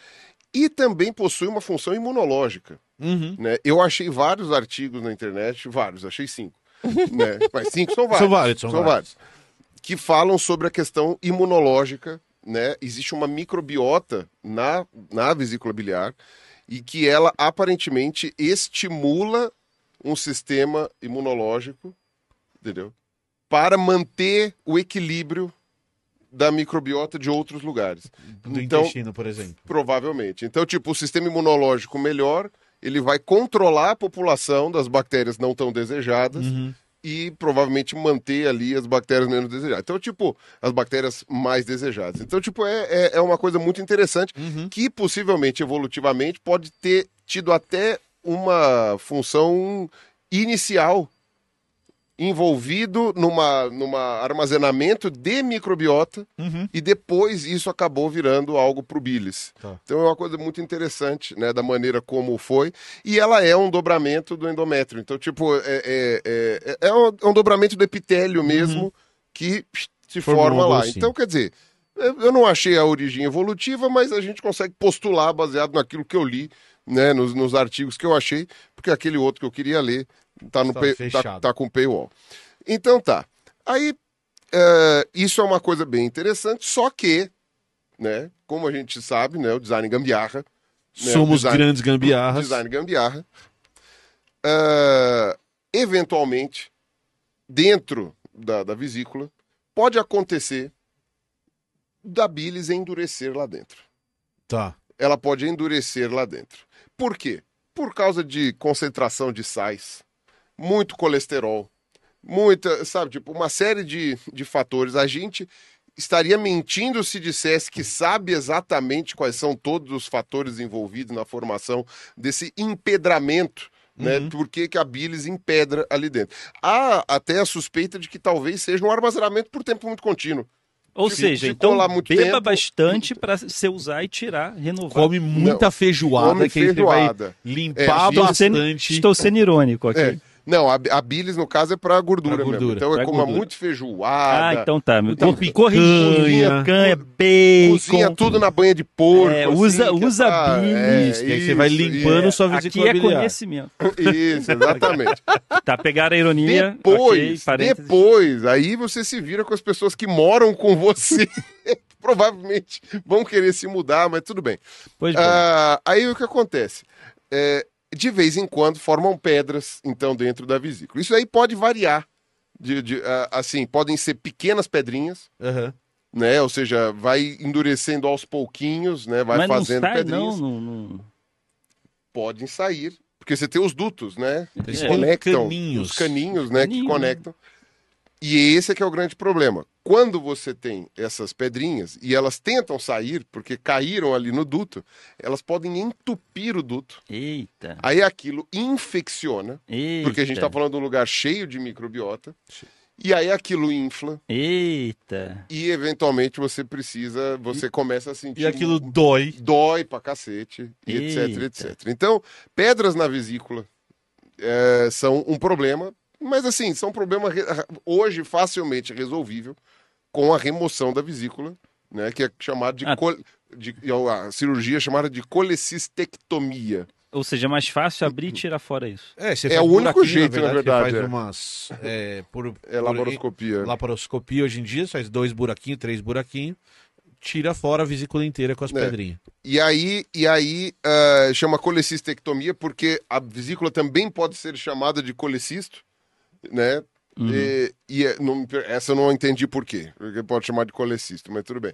S2: e também possui uma função imunológica.
S1: Uhum.
S2: Né? Eu achei vários artigos na internet, vários, achei cinco. né? Mas cinco são vários.
S1: São vários, são vários.
S2: Que falam sobre a questão imunológica, né? Existe uma microbiota na, na vesícula biliar e que ela aparentemente estimula um sistema imunológico, entendeu? Para manter o equilíbrio da microbiota de outros lugares.
S1: Do
S2: Então-
S1: intestino, por exemplo.
S2: Provavelmente. Então, tipo, o sistema imunológico melhor, ele vai controlar a população das bactérias não tão desejadas e provavelmente manter ali as bactérias menos desejadas. Então, tipo, as bactérias mais desejadas. Então, tipo, é, é, é uma coisa muito interessante que possivelmente, evolutivamente, pode ter tido até uma função inicial envolvido numa numa armazenamento de microbiota
S1: Uhum.
S2: e depois isso acabou virando algo pro bilis.
S1: Tá.
S2: Então é uma coisa muito interessante, né, da maneira como foi. E ela é um dobramento do endométrio. Então, tipo, é, é, é, é um, é um dobramento do epitélio mesmo que psh, se
S1: Uhum. Formou
S2: forma
S1: uma
S2: lá.
S1: bolsinha.
S2: Então, quer dizer, eu eu não achei a origem evolutiva, mas a gente consegue postular baseado naquilo que eu li, né, nos, nos artigos que eu achei, porque aquele outro que eu queria ler tá, no
S1: Tá
S2: pay- tá,
S1: fechado.
S2: tá com paywall. Então tá. Aí é, isso é uma coisa bem interessante, só que, né, como a gente sabe, né, o design gambiarra, né, o
S1: Somos
S2: design-
S1: grandes gambiarras.
S2: design gambiarra, é, eventualmente, dentro da, da vesícula, pode acontecer da bilis endurecer lá dentro
S1: Tá.
S2: ela pode endurecer lá dentro. Por quê? Por causa de concentração de sais, muito colesterol, muita, sabe, tipo, uma série de, de fatores. A gente estaria mentindo se dissesse que sabe exatamente quais são todos os fatores envolvidos na formação desse empedramento. Né, Por que, que a bilis empedra ali dentro? Há até a suspeita de que talvez seja um armazenamento por tempo muito contínuo.
S3: Ou
S2: Ficou
S3: seja, então
S2: lá muito
S3: beba
S2: tempo.
S3: bastante para se usar e tirar, renovar.
S1: Come muita feijoada
S2: Come
S1: que ele
S2: feijoada.
S1: vai limpar
S2: É,
S3: Estou sendo-
S1: bastante.
S3: estou sendo irônico aqui.
S2: É. Não, a, a bilis, no caso, é pra gordura,
S1: Pra
S2: mesmo.
S1: gordura,
S2: Então
S3: pra
S2: é coma
S3: gordura.
S2: muito
S3: Ah,
S2: feijoada.
S3: então tá.
S1: Então,
S3: Cor- Corrigindo,
S1: picanha,
S3: picanha, bacon.
S2: Cozinha tudo na banha de porco. assim,
S3: É, usa-
S2: que
S3: usa
S2: tá-
S3: bilis,
S1: que aí você vai
S2: isso,
S1: limpando
S2: isso.
S1: sua vesícula
S3: Aqui é
S1: biliar.
S3: conhecimento.
S2: Isso, exatamente.
S3: Tá, pegaram a ironia. ok,
S2: depois,
S3: parênteses.
S2: depois, aí você se vira com as pessoas que moram com você. provavelmente vão querer se mudar, mas tudo bem.
S3: Pois bem.
S2: Ah, aí o que acontece? É, de vez em quando formam pedras, então, dentro da vesícula. Isso aí pode variar. De, de, ah, assim, podem ser pequenas pedrinhas,
S1: Aham.
S2: né? Ou seja, vai endurecendo aos pouquinhos, né? Vai
S3: Mas não
S2: fazendo
S3: sai, não,
S2: pedrinhas.
S3: não, não.
S2: Podem sair. Porque você tem os dutos, né? Que
S3: Eles
S1: têm
S2: conectam.
S1: caninhos.
S2: Os caninhos, né?
S3: Caninho,
S2: que
S3: né?
S2: conectam. E esse é que é o grande problema. Quando você tem essas pedrinhas e elas tentam sair, porque caíram ali no duto, elas podem entupir o duto.
S3: Eita,
S2: Aí aquilo infecciona,
S3: eita.
S2: porque a gente está falando de um lugar cheio de microbiota. E aí aquilo infla
S3: Eita.
S2: e eventualmente você precisa, você começa a sentir um
S1: E aquilo dói.
S2: dói pra cacete, e etc,
S3: Eita.
S2: etc. Então, pedras na vesícula eh, são um problema, mas assim, são um problema re- hoje facilmente resolvível com a remoção da vesícula, né, que é chamado de,
S3: Ah.
S2: col- de- é uma cirurgia chamada de colecistectomia.
S3: Ou seja, é mais fácil abrir e tirar fora isso.
S1: É, você
S2: É
S1: faz
S2: o
S1: por
S2: único
S1: aqui,
S2: jeito, na verdade,
S1: Você faz
S2: é.
S1: umas. É, por,
S2: É laparoscopia.
S1: por- laparoscopia hoje em dia, você faz dois buraquinhos, três buraquinhos, tira fora a vesícula inteira com as
S2: É.
S1: pedrinhas.
S2: E aí, e aí ah, chama colecistectomia porque a vesícula também pode ser chamada de colecisto, né?
S3: Uhum.
S2: E, e é- não me per- essa eu não entendi por quê, porque pode chamar de colecisto, mas tudo bem.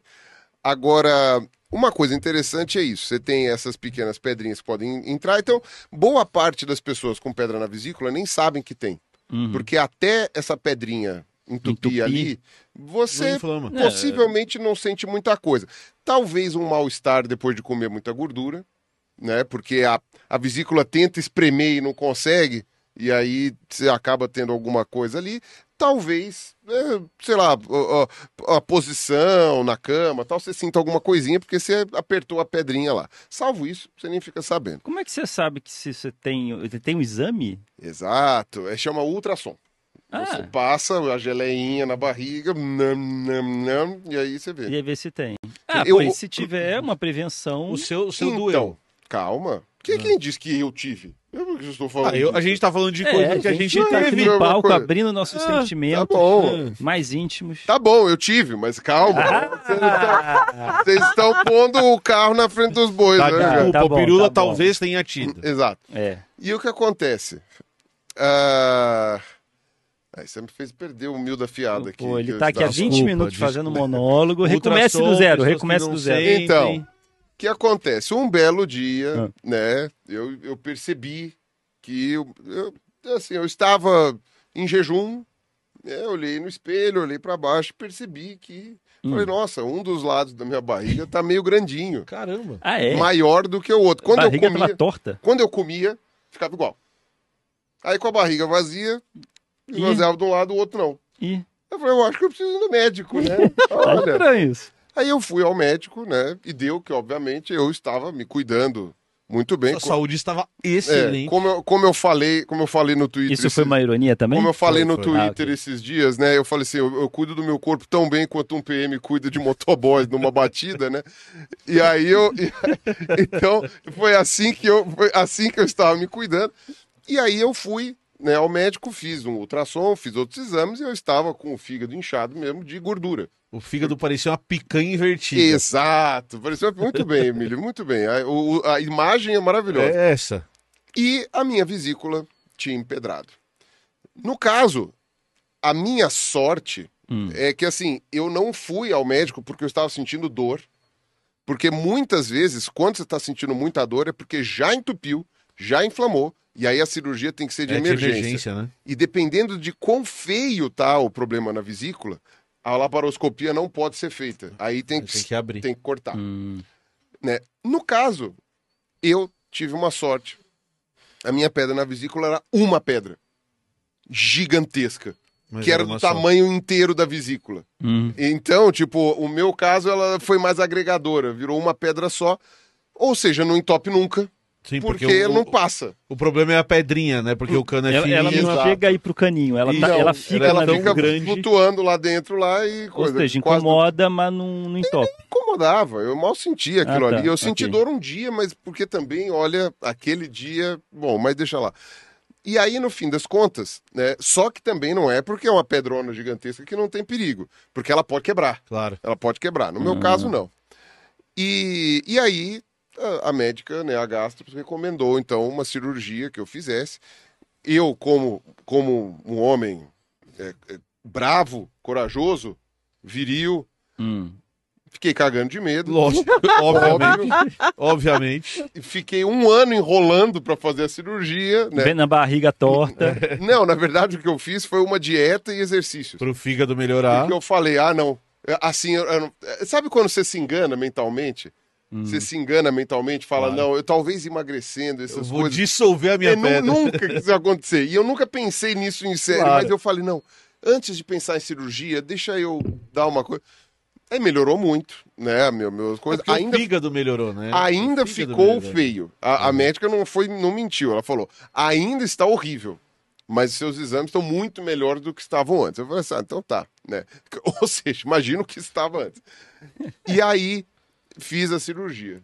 S2: Agora, uma coisa interessante é isso, você tem essas pequenas pedrinhas que podem entrar, então boa parte das pessoas com pedra na vesícula nem sabem que tem,
S3: Uhum.
S2: porque até essa pedrinha entupir,
S3: Entupir.
S2: ali,
S1: Não
S2: você
S1: inflama.
S3: É.
S2: possivelmente não sente muita coisa. Talvez um mal-estar depois de comer muita gordura, né? Porque a, a vesícula tenta espremer e não consegue, e aí você acaba tendo alguma coisa ali. Talvez, é, sei lá, ó, ó, a, posição na cama, tal, você sinta alguma coisinha porque você apertou a pedrinha lá. Salvo isso, você nem fica sabendo.
S3: Como é que você sabe que se você tem, tem um exame?
S2: Exato, é chama ultrassom. Você
S3: Ah,
S2: passa a geleinha na barriga, nam, nam, nam, e aí você vê.
S3: e aí ver se tem. Ah,
S2: É, Eu-
S3: pois se tiver uma prevenção...
S1: O seu, o seu
S2: Então,
S1: doeu.
S2: Calma. Quem, quem disse que eu tive? Eu que estou falando.
S1: Ah, eu- a
S2: disso.
S1: gente tá falando de
S3: É,
S1: coisa que a gente
S3: tá
S1: teve.
S3: aqui
S2: Não é
S3: no
S2: uma
S3: palco
S2: coisa.
S3: abrindo nossos
S1: Ah,
S2: Tá
S3: sentimentos
S2: bom.
S3: mais íntimos.
S2: Tá bom, eu tive, mas calma. Vocês
S3: Ah.
S2: estão- Vocês estão pondo o carro na frente dos bois,
S1: Tá,
S2: né,
S3: tá,
S2: cara?
S1: desculpa,
S3: tá
S1: o
S3: bom,
S1: Pirula
S3: tá bom.
S1: talvez tenha tido.
S2: Exato.
S3: É.
S2: E o que acontece? Ah, Aí você me fez perder o mil da fiada aqui.
S3: Pô,
S2: que
S3: ele
S2: eu
S3: tá aqui há
S2: estava-
S3: 20
S1: Desculpa,
S3: minutos
S1: desculpa.
S3: fazendo monólogo.
S1: Ultrassom,
S3: Recomece do zero,
S1: pessoas que
S3: recomece
S1: não
S3: do zero.
S1: sentem.
S2: Então. O que acontece? Um belo dia,
S3: Ah.
S2: né? Eu, eu percebi que eu, eu- assim, eu estava em jejum, né, eu olhei no espelho, olhei para baixo, percebi que
S1: Hum.
S2: falei, nossa, um dos lados da minha barriga tá meio grandinho,
S1: Caramba.
S3: Ah, é?
S2: maior do que o outro. Quando eu
S3: Barriga
S2: comia,
S3: tava torta?
S2: quando eu comia, ficava igual. Aí com a barriga vazia,
S3: Ih.
S2: esvaziava de um lado, o outro não.
S3: Ih,
S2: Eu falei, eu acho que eu preciso ir no médico, né?
S3: tá
S2: Olha,
S3: estranho isso.
S2: Aí eu fui ao médico, né? E deu que, obviamente, eu estava me cuidando muito bem.
S1: Sua
S2: Co-
S1: saúde estava
S2: é,
S1: excelente.
S2: como, eu, como eu falei, como eu falei no Twitter.
S3: Isso foi
S2: esses-
S3: uma ironia também?
S2: Como eu falei
S1: Foi,
S2: no
S1: foi.
S2: Twitter
S3: Ah, ok.
S2: esses dias, né? Eu falei assim, eu, eu cuido do meu corpo tão bem quanto um PM cuida de motoboys numa batida, né? E aí eu e- então foi assim que eu foi assim que eu estava me cuidando. E aí eu fui né, ao médico, fiz um ultrassom, fiz outros exames e eu estava com o fígado inchado mesmo de gordura.
S1: O fígado parecia uma picanha invertida.
S2: Exato. Pareceu muito bem, Emílio, muito bem. A, o- o- a imagem é maravilhosa.
S1: É essa.
S2: E a minha vesícula tinha empedrado. No caso, a minha sorte
S3: Hum.
S2: é que assim, eu não fui ao médico porque eu estava sentindo dor. Porque muitas vezes, quando você está sentindo muita dor, é porque já entupiu, já inflamou, e aí a cirurgia tem que ser de
S1: é
S2: emergência.
S1: de emergência, né?
S2: E dependendo de quão feio tá o problema na vesícula, a laparoscopia não pode ser feita. Aí tem que,
S1: Tem que abrir.
S2: tem que cortar
S3: Hum.
S2: né? No caso, eu tive uma sorte. A minha pedra na vesícula era uma pedra gigantesca,
S1: Mas
S2: que era
S1: uma
S2: do
S1: só.
S2: tamanho inteiro da vesícula.
S3: Hum.
S2: Então, tipo, o meu caso ela foi mais agregadora, virou uma pedra só. Ou seja, não entope nunca,
S1: Sim,
S2: porque,
S1: porque, o,
S2: não
S1: o-
S2: passa.
S1: o problema é a pedrinha, né? Porque o cano é
S3: Ela,
S1: fininho.
S3: ela não
S2: Exato.
S3: chega aí pro caninho, ela, tá-
S2: Não,
S3: ela fica
S2: Então, ela
S3: lá tão
S2: fica
S3: grande.
S2: flutuando lá dentro lá e
S3: Ou
S2: coisa.
S3: seja,
S2: quase É. não
S3: incomoda, mas não, não entope.
S2: incomodava, eu mal sentia aquilo
S3: Ah, tá,
S2: ali. Eu senti
S3: ok.
S2: dor um dia, mas porque também, olha, aquele dia. Bom, mas deixa lá. E aí, no fim das contas, né, só que também não é porque é uma pedrona gigantesca que não tem perigo, porque ela pode quebrar.
S1: Claro.
S2: Ela pode quebrar. No meu caso, não. E, e aí, a, a médica, né, a gastro, recomendou, então, uma cirurgia que eu fizesse. Eu, como, como um homem é, é, bravo, corajoso, viril,
S3: Hum.
S2: fiquei cagando de medo.
S1: Lógico, obviamente. obviamente.
S2: E Fiquei um ano enrolando para fazer a cirurgia, né?
S3: Vem na barriga
S2: É.
S3: torta.
S2: Não, na verdade, o que eu fiz foi uma dieta e exercícios.
S1: Pro fígado melhorar.
S2: Porque eu falei, ah, não. é, Assim, eu- eu não- é, sabe quando você se engana mentalmente? Você se engana mentalmente, fala,
S1: Claro.
S2: não, eu talvez emagrecendo essas
S1: Hum. Eu vou
S2: coisas.
S1: dissolver a minha
S2: É, nu-
S1: pedra.
S2: nunca que isso ia acontecer. E eu nunca pensei nisso em sério,
S1: Claro.
S2: mas eu falei, não, antes de pensar em cirurgia, deixa eu dar uma coisa. Aí melhorou muito, né? Meu, meu
S1: É
S2: coisa.
S1: porque
S2: ainda
S1: O fígado melhorou, né?
S2: ainda
S1: O fígado
S2: ficou
S1: melhorou.
S2: feio. A, a médica não foi, não mentiu. Ela falou: ainda está horrível, mas seus exames estão muito melhores do que estavam antes. Eu falei assim: ah, então tá, né? Ou seja, imagina o que estava antes. E aí fiz a cirurgia.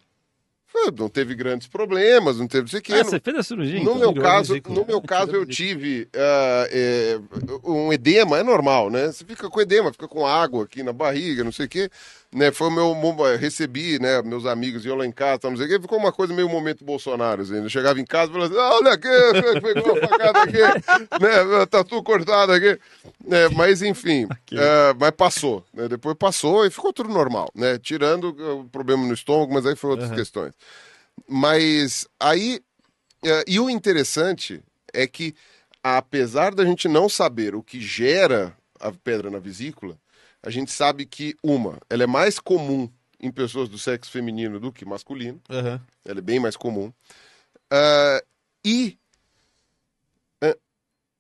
S2: Foi, Não teve grandes problemas, não teve não sei o quê.
S3: Ah,
S2: não-
S3: você fez a cirurgia?
S2: no
S3: então?
S2: meu
S3: Tirou a
S2: caso,
S3: vesícula.
S2: no meu caso
S3: Tirou a
S2: eu tive ah, é, um edema, é normal, né? Você fica com edema, fica com água aqui na barriga, não sei o quê. Né? Foi o meu mo- eu recebi, né? Meus amigos iam lá em casa, tal, não sei o quê. Ficou uma coisa meio momento Bolsonaro, assim. Eu chegava em casa e falava assim, "Ah, olha aqui, pegou uma facada aqui, né? Tá tudo cortado aqui. Né? Mas enfim, ah, mas passou. né? Depois passou e ficou tudo normal, né? Tirando ah, o problema no estômago, mas aí foram outras questões. Mas aí é, E o interessante é que, apesar da gente não saber o que gera a pedra na vesícula, a gente sabe que, uma, ela é mais comum em pessoas do sexo feminino do que masculino,
S1: Aham.
S2: ela é bem mais comum. Ah, e ah,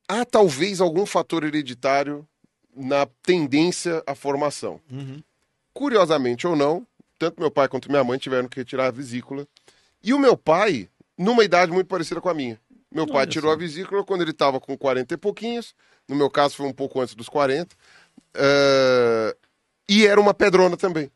S2: há talvez algum fator hereditário na tendência à formação
S1: Uhum.
S2: curiosamente ou não, tanto meu pai quanto minha mãe tiveram que retirar a vesícula. E o meu pai, numa idade muito parecida com a minha. Meu pai
S3: Olha
S2: tirou
S3: só.
S2: a vesícula quando ele estava com 40 e pouquinhos. No meu caso, foi um pouco antes dos 40. eh, e era uma pedrona também.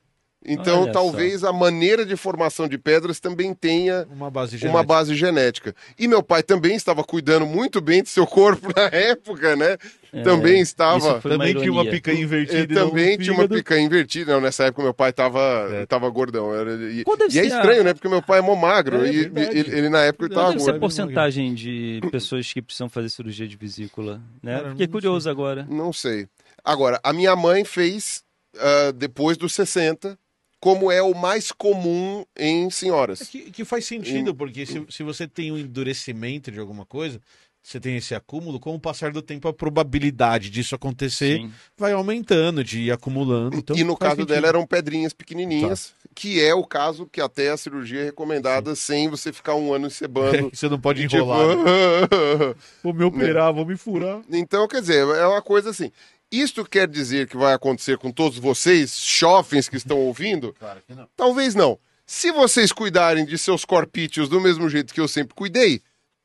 S2: Então,
S3: Olha só.
S2: talvez a maneira de formação de pedras também tenha
S1: Uma base
S2: uma
S1: genética.
S2: base genética. E meu pai também estava cuidando muito bem do seu corpo na época, né?
S3: É,
S2: também
S3: isso
S2: estava.
S3: Foi uma
S1: Também tinha uma
S3: ironia.
S1: picanha invertida.
S2: Eu
S1: e não um
S2: É, também tinha uma
S1: fígado.
S2: picanha invertida. Não, nessa época meu pai tava,
S1: É.
S2: tava gordão. Era- e
S3: Qual deve
S2: e é
S3: ser a-
S2: estranho, né? Porque meu pai é mó magro.
S1: É, é
S2: e
S1: verdade.
S2: ele, ele, na época, ele
S1: Não,
S2: tava
S1: deve
S3: Qual deve
S1: ser
S3: ser
S1: a
S3: a
S2: gordo.
S3: porcentagem de pessoas que precisam fazer cirurgia de vesícula? Né?
S1: Cara,
S3: Fiquei
S1: não
S3: curioso agora.
S2: Não sei. Agora, a minha mãe fez ah, depois dos 60, como é o mais comum em
S1: É
S2: senhoras.
S1: Que, que faz
S2: Hum,
S1: sentido, porque se, se você tem um endurecimento de alguma coisa, você tem esse acúmulo, com o passar do tempo, a probabilidade disso acontecer
S3: Sim.
S1: vai aumentando, de ir acumulando. Então,
S2: e no
S1: faz
S2: caso
S1: sentido. Tá.
S2: dela eram pedrinhas pequenininhas, que é o caso que até a cirurgia é recomendada sem você ficar um ano
S1: É,
S2: sebando.
S1: Você não pode
S2: e
S1: enrolar. né?
S2: tipo,
S1: Vou me operar, vou me furar.
S2: Então, quer dizer, é uma coisa assim. Isto quer dizer que vai acontecer com todos vocês, jovens que estão ouvindo?
S1: Claro que não.
S2: Talvez não. Se vocês cuidarem de seus corpíteos do mesmo jeito que eu sempre cuidei,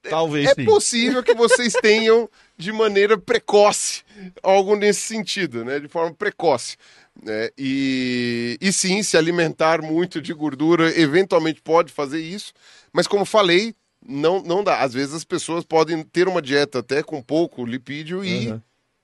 S1: Talvez
S2: é
S1: sim.
S2: possível que vocês tenham de maneira precoce algo nesse sentido, né? De forma precoce. né? E, e sim, se alimentar muito de gordura eventualmente pode fazer isso, mas como falei, não, não dá. Às vezes as pessoas podem ter uma dieta até com pouco lipídio e
S1: Uhum.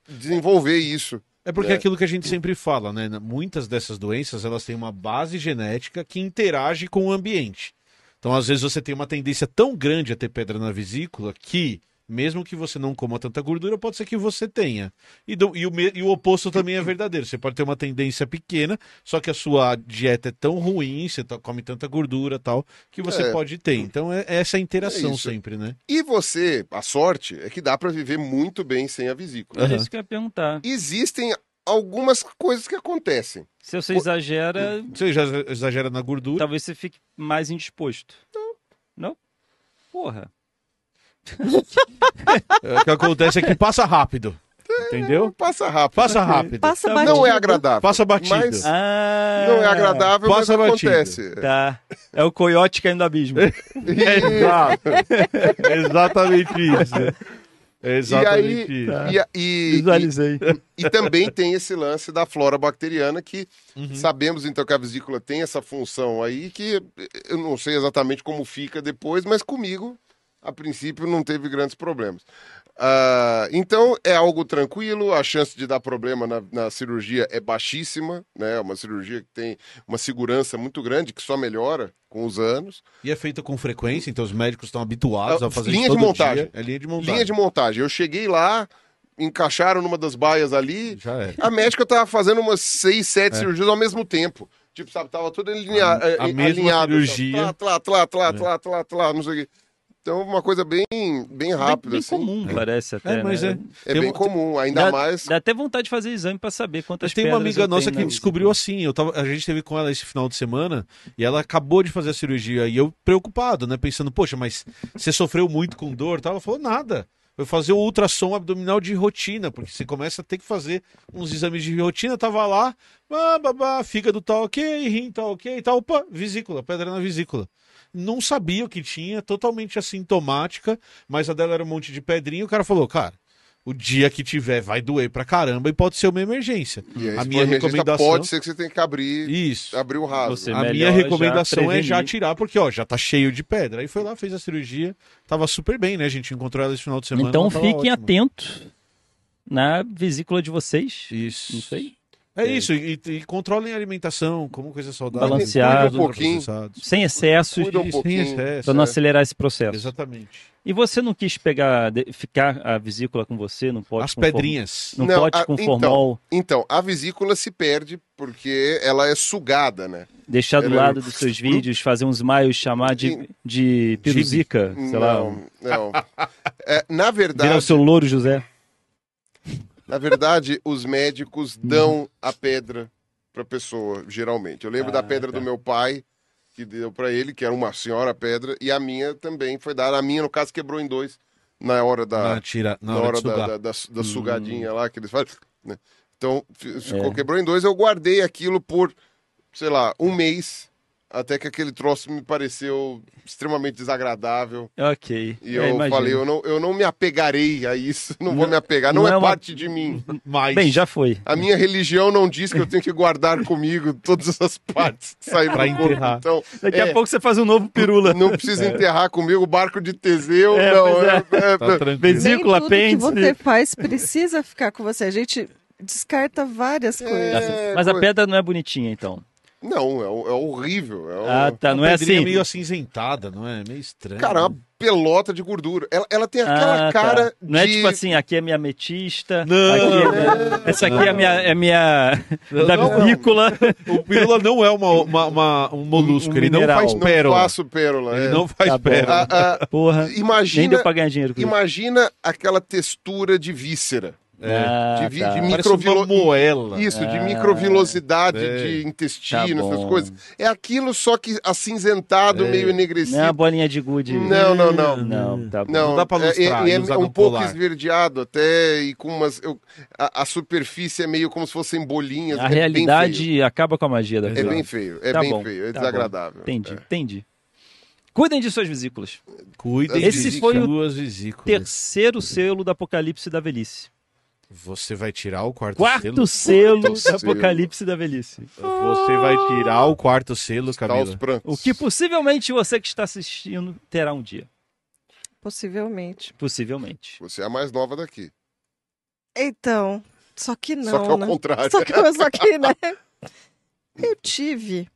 S2: desenvolver isso.
S1: É porque é
S2: É.
S1: aquilo que a gente sempre fala, né? Muitas dessas doenças, elas têm uma base genética que interage com o ambiente. Então, às vezes, você tem uma tendência tão grande a ter pedra na vesícula que, mesmo que você não coma tanta gordura, pode ser que você tenha. E, do- e o, me- e o oposto também é verdadeiro. Você pode ter uma tendência pequena, só que a sua dieta é tão ruim, você tá- come tanta gordura tal, que você
S2: É.
S1: pode ter. Então, é, é essa interação
S2: É isso.
S1: sempre, né?
S2: E você, a sorte é que dá para viver muito bem sem a vesícula.
S3: É isso que eu ia perguntar.
S2: Existem algumas coisas que acontecem.
S3: Se você exagera,
S1: Você já exagera na gordura.
S3: talvez você fique mais indisposto. Não. Não? Porra.
S2: Então
S1: É, O que acontece é que passa rápido. Entendeu?
S2: Passa rápido.
S1: Passa rápido.
S4: Passa
S3: Tá bom.
S4: batido.
S2: Não é agradável.
S1: Passa batido.
S2: Mas
S3: Ah,
S2: não é agradável,
S1: Passa
S2: mas
S1: batido.
S2: acontece.
S3: Tá. É o coiote caindo do abismo.
S1: Exato. Exatamente isso.
S2: E aí, tá.
S1: Exatamente isso.
S2: e, a- e,
S3: Visualizei. É
S2: e, e também tem esse lance da flora bacteriana, que
S1: Uhum.
S2: sabemos então que a vesícula tem essa função aí, que eu não sei exatamente como fica depois, mas comigo a princípio não teve grandes problemas. Ah, então é algo tranquilo, a chance de dar problema na, na cirurgia é baixíssima, né? É uma cirurgia que tem uma segurança muito grande, que só melhora com os anos.
S1: E é feita com frequência, então os médicos estão habituados
S2: Ah,
S1: a fazer
S2: linha
S1: isso
S2: de
S1: todo
S2: montagem.
S1: dia. É linha de montagem.
S2: Linha de montagem. Eu cheguei lá, encaixaram numa das baias ali.
S1: Já é.
S2: A médica tava fazendo umas seis, sete cirurgias ao mesmo tempo. Tipo, sabe, tava tudo alinha,
S1: A- a
S2: eh,
S1: mesma
S2: alinhado.
S1: cirurgia. É.
S2: Tá, Tlá, tlá, tlá, tlá, tlá, tlá, não sei o quê. Então, uma coisa bem, bem rápida,
S3: bem, bem
S2: assim.
S3: comum, parece até.
S1: É, mas
S3: né?
S1: é.
S2: É
S1: Tem
S2: bem
S1: um-
S2: comum, ainda
S3: Dá,
S2: mais.
S3: dá até vontade de fazer exame pra saber quantas
S1: Mas tem uma
S3: pedras
S1: amiga
S3: eu
S1: nossa
S3: tenho
S1: que
S3: na-
S1: descobriu assim. Eu tava, a gente teve com ela esse final de semana e ela acabou de fazer a cirurgia. E eu preocupado, né? Pensando, poxa, mas você sofreu muito com dor? e tal?" Ela falou, nada. Eu fazer o ultrassom abdominal de rotina, porque você começa a ter que fazer uns exames de rotina. Tava lá, bah, bah, bah, fígado tá ok, rim tá ok, tá, opa, vesícula, pedra na vesícula. Não sabia o que tinha, totalmente assintomática, mas a dela era um monte de pedrinha. E o cara falou, cara, o dia que tiver vai doer pra caramba e pode ser uma emergência.
S2: E aí,
S1: a
S2: se
S1: minha
S2: for emergência,
S1: recomendação.
S2: Pode ser que você tenha que abrir,
S1: Isso.
S2: abrir um né? o raso.
S3: Você- É
S1: a minha
S3: melhor já
S1: recomendação é já
S3: prevenir.
S1: tirar, porque ó, já tá cheio de pedra. Aí foi lá, fez a cirurgia, tava super bem, né? A gente encontrou ela esse final de semana.
S3: Então
S1: ela tava
S3: fiquem
S1: ótima.
S3: atentos na vesícula de vocês.
S1: Isso.
S3: Não sei.
S1: É isso, e, e controlem a alimentação, como coisa saudável.
S3: Balanceado.
S1: tudo
S2: Um pouquinho.
S1: ultraprocessados.
S3: Sem excessos,
S2: Cuida um
S1: Isso,
S2: pouquinho.
S1: sem excesso.
S3: pra não acelerar esse processo.
S1: é, Exatamente.
S3: E você não quis pegar, de- ficar a vesícula com você, não pode
S1: As pedrinhas.
S3: Não,
S2: Não,
S3: pode
S2: a-
S3: com
S2: então.
S3: formol,
S2: Então, a vesícula se perde porque ela é sugada, né?
S3: deixar do
S2: Era-
S3: lado dos seus vídeos, fazer uns maios, chamar de, de piruzica, sei lá. um-
S2: não, não. É, na verdade.
S1: um
S3: Virar o seu louro, José.
S2: Na verdade, os médicos dão a pedra pra pessoa, geralmente. Eu lembro da
S3: Ah,
S2: pedra
S3: tá.
S2: do meu pai, que deu pra ele, que era uma senhora pedra, e a minha também foi dada. A minha, no caso, quebrou em dois na hora da,
S1: Na, tira, na,
S2: Ah, na
S1: hora,
S2: hora
S1: de
S2: da,
S1: sugar.
S2: da- da su- da sugadinha lá que eles fazem. né? Então, fi- ficou, quebrou em dois. Eu guardei aquilo por, sei lá, um mês, até que aquele troço me pareceu extremamente desagradável.
S3: Ok.
S2: E
S3: É,
S2: eu
S3: imagino.
S2: falei, eu não, eu não me apegarei a isso, não, vou me apegar, não,
S3: não
S2: é,
S3: é uma-
S2: parte de mim.
S1: Mas
S3: Bem, já foi.
S2: A minha religião não diz que eu tenho que guardar comigo todas essas partes que saíram
S1: Pra
S2: do corpo.
S1: enterrar. É.
S2: Então,
S3: Daqui
S2: é,
S3: a pouco você faz um novo pirula.
S2: não precisa enterrar comigo o barco de Teseu.
S3: É,
S2: não,
S3: pois é.
S2: é-
S1: tá
S2: é-
S1: tranquilo.
S4: Nem
S3: vesícula,
S4: tudo que você
S3: apêndice.
S4: faz precisa ficar com você. A gente descarta várias
S1: Tá
S4: coisas.
S2: é-
S3: Mas a pedra não é bonitinha, então.
S2: Não, é, é horrível. É um-
S3: Ah, tá. Não
S1: A
S3: é
S1: pedrinha
S3: assim.
S1: meio acinzentada, não é? Meio estranho.
S2: Cara, é uma pelota de gordura. Ela, ela tem aquela
S3: Ah, tá.
S2: cara
S3: Não é
S2: de-
S3: tipo assim, aqui é minha ametista.
S1: Não,
S3: aqui é minha- Essa aqui é minha, é minha... da
S1: não.
S3: vesícula.
S1: O pílula não é uma, uma- uma- um molusco,
S3: Um
S1: ele não
S3: mineral.
S1: faz
S3: Não
S2: Não
S1: pérola.
S2: faço pérola.
S1: Ele
S2: é.
S1: não faz
S3: Tá bom.
S1: pérola.
S2: Ah, ah,
S3: Porra. Nem
S2: imagina,
S3: deu pra ganhar dinheiro com isso.
S2: imagina aquela textura de víscera.
S3: Ah,
S2: de vi-
S3: tá.
S2: de mi-
S1: É. Parece um uma
S2: microvilo-
S1: moela.
S2: Isso, de
S3: Ah,
S2: microvilosidade
S1: é.
S2: de
S3: Tá
S2: intestino, essas
S3: bom.
S2: coisas. É aquilo só que acinzentado,
S1: É.
S2: meio
S3: Não é uma
S2: enegrecido.
S3: bolinha de gude.
S2: Não, não, não.
S3: Não, tá bom.
S2: Não,
S1: Não dá pra lustrar
S2: é, é,
S1: e
S2: é
S1: usar
S2: um
S1: como
S2: pouco
S1: colar.
S2: esverdeado até e com umas eu- a, a superfície é meio como se fossem bolinhas.
S3: A
S2: é bem feio.
S3: realidade acaba com a magia da
S2: é
S3: coisa.
S2: bem feio, é
S3: Tá
S2: bem
S3: bom,
S2: feio, é
S3: tá
S2: desagradável.
S3: Entendi,
S2: É.
S3: entendi. Cuidem de suas vesículas.
S1: Cuidem
S2: Esse
S1: de
S3: foi o
S1: suas vesículas.
S3: Terceiro selo do Apocalipse da Velhice.
S1: Você vai tirar o quarto,
S3: Quarto
S1: selo?
S3: selo do
S2: selo.
S3: Apocalipse da Velhice.
S1: Você vai tirar o quarto selo,
S2: Tá os
S1: Camila.
S2: prantos.
S3: O que possivelmente você que está assistindo terá um dia.
S4: Possivelmente.
S3: Possivelmente.
S2: Você é a mais nova daqui.
S4: Então, só que não,
S2: só que ao
S4: né?
S2: contrário.
S4: Só que, só que, né? Eu tive.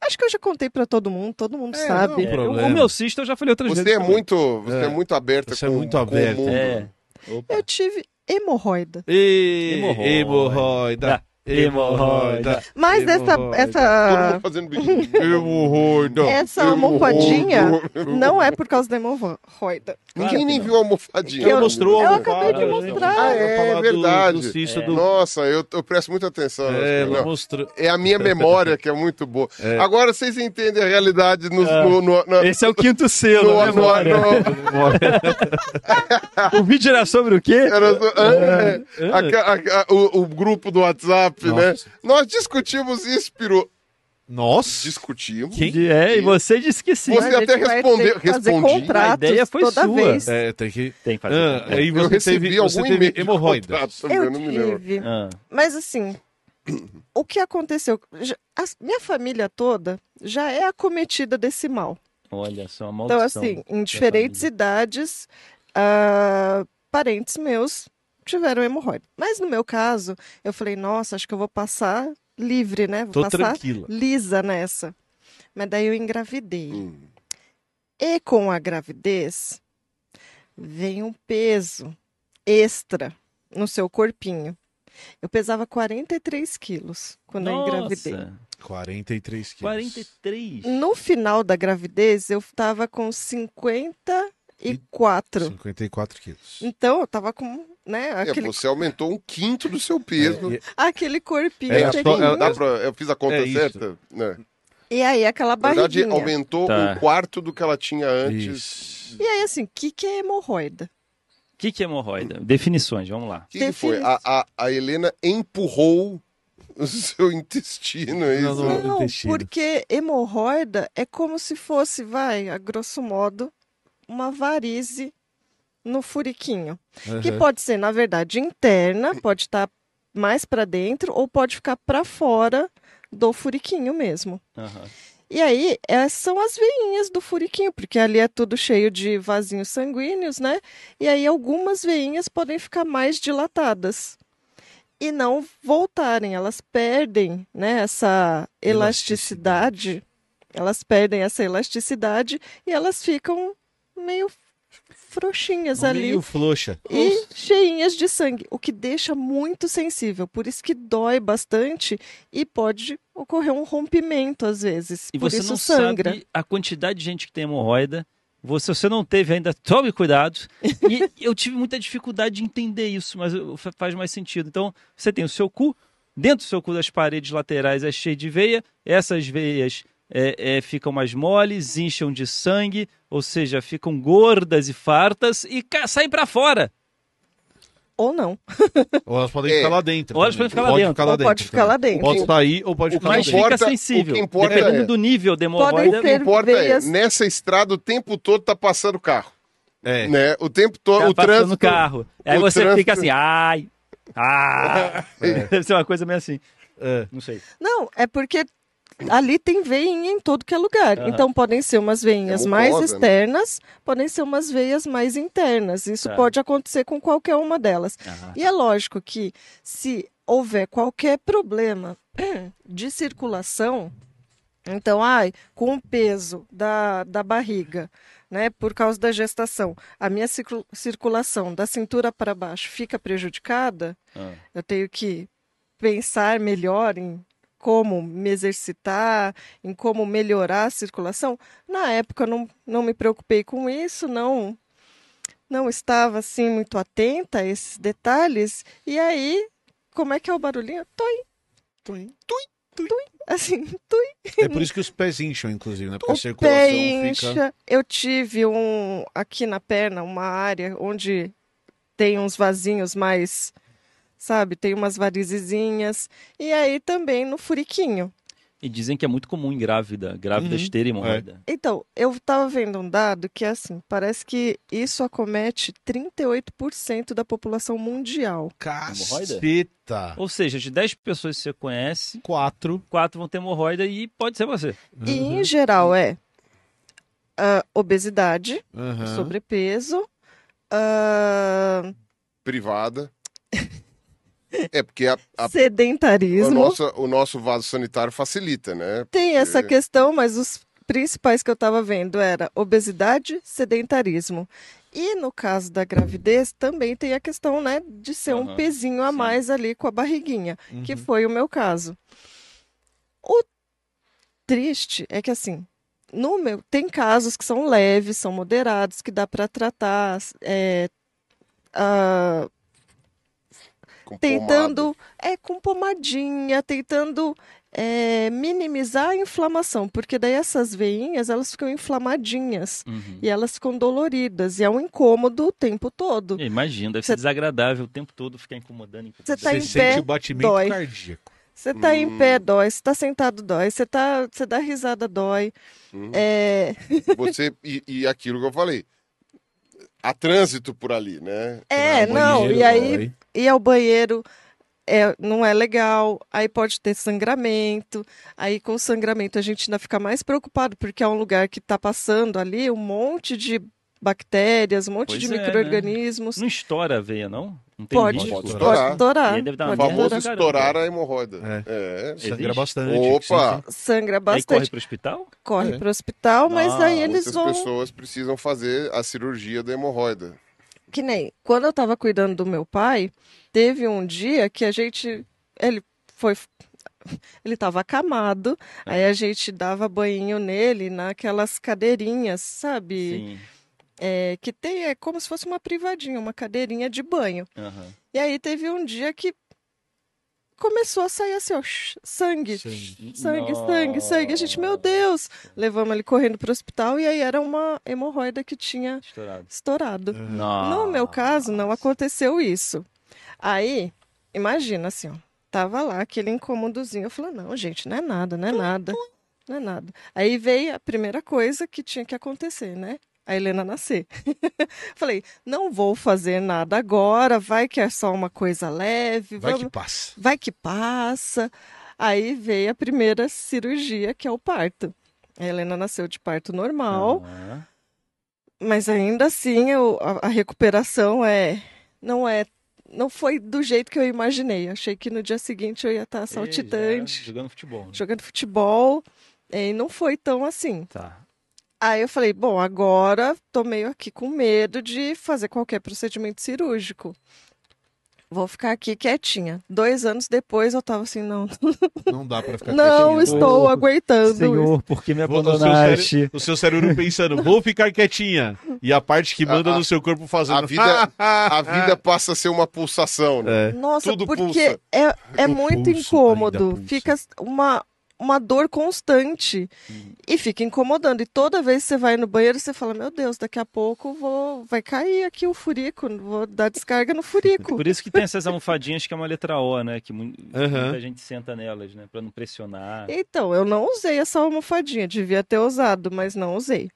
S4: Acho que eu já contei pra todo mundo, todo mundo
S1: É,
S4: sabe.
S1: não,
S3: É, o-
S1: problema.
S3: o meu cisto eu já falei outras
S2: Você
S3: vezes.
S2: é
S3: também.
S2: muito, você
S1: É.
S2: é, muito aberta
S1: Você é
S2: com,
S1: muito
S2: com
S1: aberta.
S2: o mundo.
S3: É. Opa.
S4: Eu tive hemorroida.
S1: Ê,
S3: Hemorroida.
S1: Hemorroida. Hemorroida.
S4: Mas essa,
S1: Hemorroida.
S2: Todo
S4: essa,
S2: mundo fazendo biquinho. Hemorroida.
S4: Ah. essa almofadinha não é por causa da hemorroida.
S3: Claro
S2: Ninguém
S3: que
S2: nem
S3: não.
S2: viu a almofadinha.
S1: Ela
S4: Eu-
S1: mostrou a
S4: eu
S1: almofada,
S4: acabei
S1: né?
S3: de mostrar.
S1: Ela
S2: Ah, é,
S1: fala do-
S2: verdade.
S1: Do cisto
S3: É.
S1: do...
S2: Nossa, eu, eu presto muita atenção. nas
S1: É, ela
S2: coisas.
S1: mostrou.
S2: É a minha memória que é muito boa. Agora vocês entendem a realidade no, no, no, no,
S3: Esse é o quinto
S2: no,
S3: selo. né,
S2: no-
S3: Mário?
S2: no-
S1: um-
S3: O vídeo era sobre o quê?
S2: é. era no- é, é, aca- aca- o, o grupo do WhatsApp,
S1: Nossa.
S2: né? Nós discutimos isso, Piru.
S1: Nossa.
S2: Discutimos?
S1: Quem?
S3: De- É, e você disse que sim.
S2: Você
S4: A gente
S2: até
S4: vai
S2: respondeu-
S4: ter que fazer
S2: respondi.
S4: contratos
S3: A ideia foi
S4: toda
S3: sua.
S4: vez.
S1: É, tem que...
S3: Tem que
S1: Ah,
S3: fazer. É.
S1: aí
S2: Eu
S1: você
S2: recebi
S1: teve, você
S2: algum
S1: teve
S2: e-mail de
S1: hemorroida.
S2: contrato também,
S4: Eu
S2: não me lembro.
S4: tive.
S3: Ah,
S4: Mas assim, o que aconteceu? Já- a minha família toda já é acometida desse mal.
S3: Olha só, uma
S4: Então,
S3: maldição. né,
S4: assim, em diferentes idades, ah, parentes meus tiveram hemorroida. Mas no meu caso, eu falei, nossa, acho que eu vou passar livre, né? Vou
S1: Tô
S4: passar
S1: tranquila.
S4: lisa nessa. Mas daí eu engravidei.
S2: Hum.
S4: E com a gravidez, vem um peso extra no seu corpinho. Eu pesava 43 quilos quando eu engravidei.
S3: Nossa,
S1: 43 quilos.
S3: 43.
S4: No final da gravidez, eu estava com 54.
S1: 54 quilos.
S4: Então, eu tava com, né,
S2: É,
S4: aquele,
S2: você aumentou um quinto do seu peso.
S1: É,
S4: aquele corpinho.
S1: É, a
S4: pequenininho.
S1: sua-
S2: Dá- dá pra- eu fiz a conta
S1: É isso.
S2: certa? Né?
S4: E aí, aquela
S2: Na verdade,
S4: barriguinha.
S2: aumentou
S3: Tá.
S2: um quarto do que ela tinha
S1: é,
S2: antes.
S1: isso.
S4: E aí, assim, o que, que é hemorroida?
S3: O que, que é hemorroida? Definições, vamos lá.
S2: O que, que foi? A, a- a Helena empurrou o seu intestino, é isso?
S1: Não, não.
S4: Não,
S1: intestino.
S4: porque hemorroida é como se fosse, vai, a grosso modo, uma varize no furiquinho. Que
S1: Aham.
S4: pode ser, na verdade, interna, pode estar mais para dentro ou pode ficar para fora do furiquinho mesmo.
S3: Aham.
S4: E aí, é- são as veinhas do furiquinho, porque ali é tudo cheio de vasinhos sanguíneos, né? E aí, algumas veinhas podem ficar mais dilatadas e não voltarem. Elas perdem, né, essa
S1: Elasticidade.
S4: elasticidade. Elas perdem essa elasticidade e elas ficam meio frouxinhas ali
S1: Meio frouxa.
S4: e cheinhas de sangue, o que deixa muito sensível, por isso que dói bastante e pode ocorrer um rompimento às vezes,
S3: E
S4: por
S3: você
S4: isso
S3: não
S4: sangra.
S3: sabe a quantidade de gente que tem hemorroida. Você, se você não teve ainda, tome cuidado. E eu tive muita dificuldade de entender isso, mas eu- fa- faz mais sentido. Então, você tem o seu cu, dentro do seu cu das paredes laterais é cheio de veia, essas veias é, é, ficam mais moles, incham de sangue, ou seja, ficam gordas e fartas e ca- saem pra fora.
S4: Ou não,
S1: Ou elas podem
S2: É.
S1: ficar lá dentro.
S3: Ou elas
S1: também.
S3: podem ficar lá dentro.
S4: ou pode ficar lá dentro.
S1: Pode sair ou pode ficar lá
S3: Mas
S1: dentro.
S3: fica
S2: importa-
S3: sensível.
S2: o que importa
S3: dependendo
S2: é-
S3: do nível da
S4: Podem
S3: hemorroida.
S4: ter
S2: O que importa
S4: veias-
S2: é, nessa estrada o tempo todo tá passando carro,
S1: É.
S2: né? O tempo todo,
S3: Tá
S2: o
S3: passando
S2: trânsito...
S3: no carro. Aí
S2: o
S3: você
S2: trânsito-
S3: fica assim, ai, ah. Deve ser uma coisa meio assim.
S1: É.
S3: Não sei.
S4: Não, é porque ali tem veinha em todo que é lugar.
S3: Aham.
S4: Então podem ser umas veinhas
S2: É
S4: mais
S2: mucosa, né?
S4: externas, podem ser umas veias mais internas. Isso
S3: Tá.
S4: pode acontecer com qualquer uma delas. E é lógico que se houver qualquer problema de circulação, então, ai, com o peso da, da barriga, né, por causa da gestação, a minha circu- circulação da cintura para baixo fica prejudicada,
S3: Ah.
S4: eu tenho que pensar melhor em como me exercitar, em como melhorar a circulação. Na época, eu não, não me preocupei com isso, não não estava assim muito atenta a esses detalhes. E aí, como é que é o barulhinho? Toi, assim, toi.
S1: É por isso que os pés incham, inclusive, né? Porque a
S4: O
S1: circulação
S4: pé
S1: fica.
S4: incha. Eu tive um aqui na perna, uma área onde tem uns vasinhos mais, sabe, tem umas varizezinhas. E aí também no furiquinho.
S3: E dizem que é muito comum em grávida, grávidas
S1: Uhum.
S3: terem hemorroida.
S4: Então, eu estava vendo um dado que é assim, parece que isso acomete 38% da população mundial.
S1: Caceta.
S3: Ou seja, de 10 pessoas que você conhece,
S1: Quatro.
S3: 4 vão ter hemorroida e pode ser você.
S4: E em geral é ah, obesidade,
S1: Aham.
S4: sobrepeso, ah,
S2: privada. É porque a- a- o,
S4: sedentarismo.
S2: nosso, o nosso vaso sanitário facilita, né?
S4: Tem essa
S2: É.
S4: questão, mas os principais que eu estava vendo era obesidade, sedentarismo. E no caso da gravidez, também tem a questão, né, de ser
S3: Aham,
S4: um pezinho a
S3: sim.
S4: mais ali com a barriguinha.
S1: Uhum.
S4: que foi o meu caso. O triste é que assim, no meu tem casos que são leves, são moderados, que dá para tratar, é, ah,
S2: Com
S4: tentando é com pomadinha, tentando é, minimizar a inflamação, porque daí essas veinhas elas ficam inflamadinhas
S3: Uhum.
S4: e elas ficam doloridas e é um incômodo o tempo todo.
S3: E Imagina, deve
S4: Você-
S3: ser desagradável o tempo todo ficar incomodando.
S4: Você
S3: incomodando.
S4: tá
S1: Você
S4: em
S1: sente
S4: pé,
S1: o batimento
S4: dói.
S1: cardíaco.
S4: Você tá em
S2: Hum.
S4: pé, dói. Você tá sentado, dói. Você tá, você dá risada, dói.
S2: Hum.
S4: É,
S2: pomada. Você, e, e aquilo que eu falei, há trânsito por ali, né?
S4: É,
S1: Vai ao
S4: não,
S1: um banheiro,
S4: e aí
S1: dói.
S4: ia ao banheiro, é, não é legal, aí pode ter sangramento, aí com o sangramento a gente ainda fica mais preocupado, porque é um lugar que está passando ali um monte de bactérias, um monte
S3: Pois
S4: de
S3: é, né?
S4: micro-organismos.
S3: Não estoura a veia, não? Não tem
S4: Pode,
S3: risco?
S2: Pode estourar.
S4: pode estourar.
S3: E aí deve dar uma
S2: O
S4: pode
S2: famoso
S3: merda.
S4: estourar.
S2: estourar a hemorroida. É.
S1: Sangra
S3: Existe?
S1: bastante.
S2: Opa!
S1: sim,
S4: Sangra
S3: Aí corre
S4: bastante,
S3: pro hospital?
S4: corre,
S1: É.
S4: para o hospital, mas
S3: Nossa,
S4: aí eles
S2: Muitas
S4: vão
S2: pessoas precisam fazer a cirurgia da hemorroida.
S4: que nem quando eu tava cuidando do meu pai, teve um dia que a gente. Ele foi. Ele tava acamado, aí a gente dava banho nele naquelas cadeirinhas,
S3: Sim.
S4: sabe? É, que tem, é como se fosse uma privadinha, uma cadeirinha de banho.
S3: Aham.
S4: E aí teve um dia que começou a sair assim, ó, sangue.
S1: sim. Sim.
S4: Sangue, sangue, sangue. A gente, meu Deus! Levamos ele correndo pro hospital e aí era uma hemorroida que tinha
S3: Estourado.
S4: estourado.
S3: Nossa.
S4: No meu caso, não aconteceu isso. Aí, imagina assim, ó, tava lá aquele incomodozinho. Eu falei, não, gente, não é nada, não é nada, não é nada. Aí veio a primeira coisa que tinha que acontecer, né? A Helena nascer. falei, não vou fazer nada agora, vai que é só uma coisa leve,
S1: Vai
S4: vamos-
S1: que passa.
S4: vai que passa. Aí veio a primeira cirurgia, que é o parto. A Helena nasceu de parto normal.
S3: Aham.
S4: Mas ainda assim, eu- a, a recuperação é, não é, não foi do jeito que eu imaginei. Achei que no dia seguinte eu ia estar
S3: Ei, já
S4: saltitante,
S3: Jogando futebol. né?
S4: jogando futebol, e não foi tão assim.
S3: Tá.
S4: Aí eu falei, bom, agora tô meio aqui com medo de fazer qualquer procedimento cirúrgico. Vou ficar aqui quietinha. Dois anos depois eu tava assim, não,
S1: Não dá pra ficar
S4: não
S1: quietinho.
S4: estou
S3: Senhor,
S4: aguentando isso.
S3: Senhor, por que me
S1: Vou- o seu
S3: abandonaste?
S1: O seu cérebro pensando, vou ficar quietinha. E a parte que manda
S2: A- a-
S1: no seu corpo fazendo.
S2: a vida- A vida
S1: Ah.
S2: passa a ser uma pulsação, né?
S1: É.
S4: Nossa,
S2: Tudo
S4: porque
S2: pulsa.
S4: é, é
S1: O
S4: muito
S1: pulso ainda
S4: incômodo.
S1: pulsa.
S4: Fica uma, uma dor constante. E fica incomodando. E toda vez que você vai no banheiro, você fala: Meu Deus, daqui a pouco vou, vai cair aqui o furico, vou dar descarga no furico.
S3: É Por isso que tem essas almofadinhas que é uma letra O, né? Que mu-
S1: Aham.
S3: muita gente senta nelas, né? Pra não pressionar.
S4: Então, eu não usei essa almofadinha, devia ter usado, mas não usei.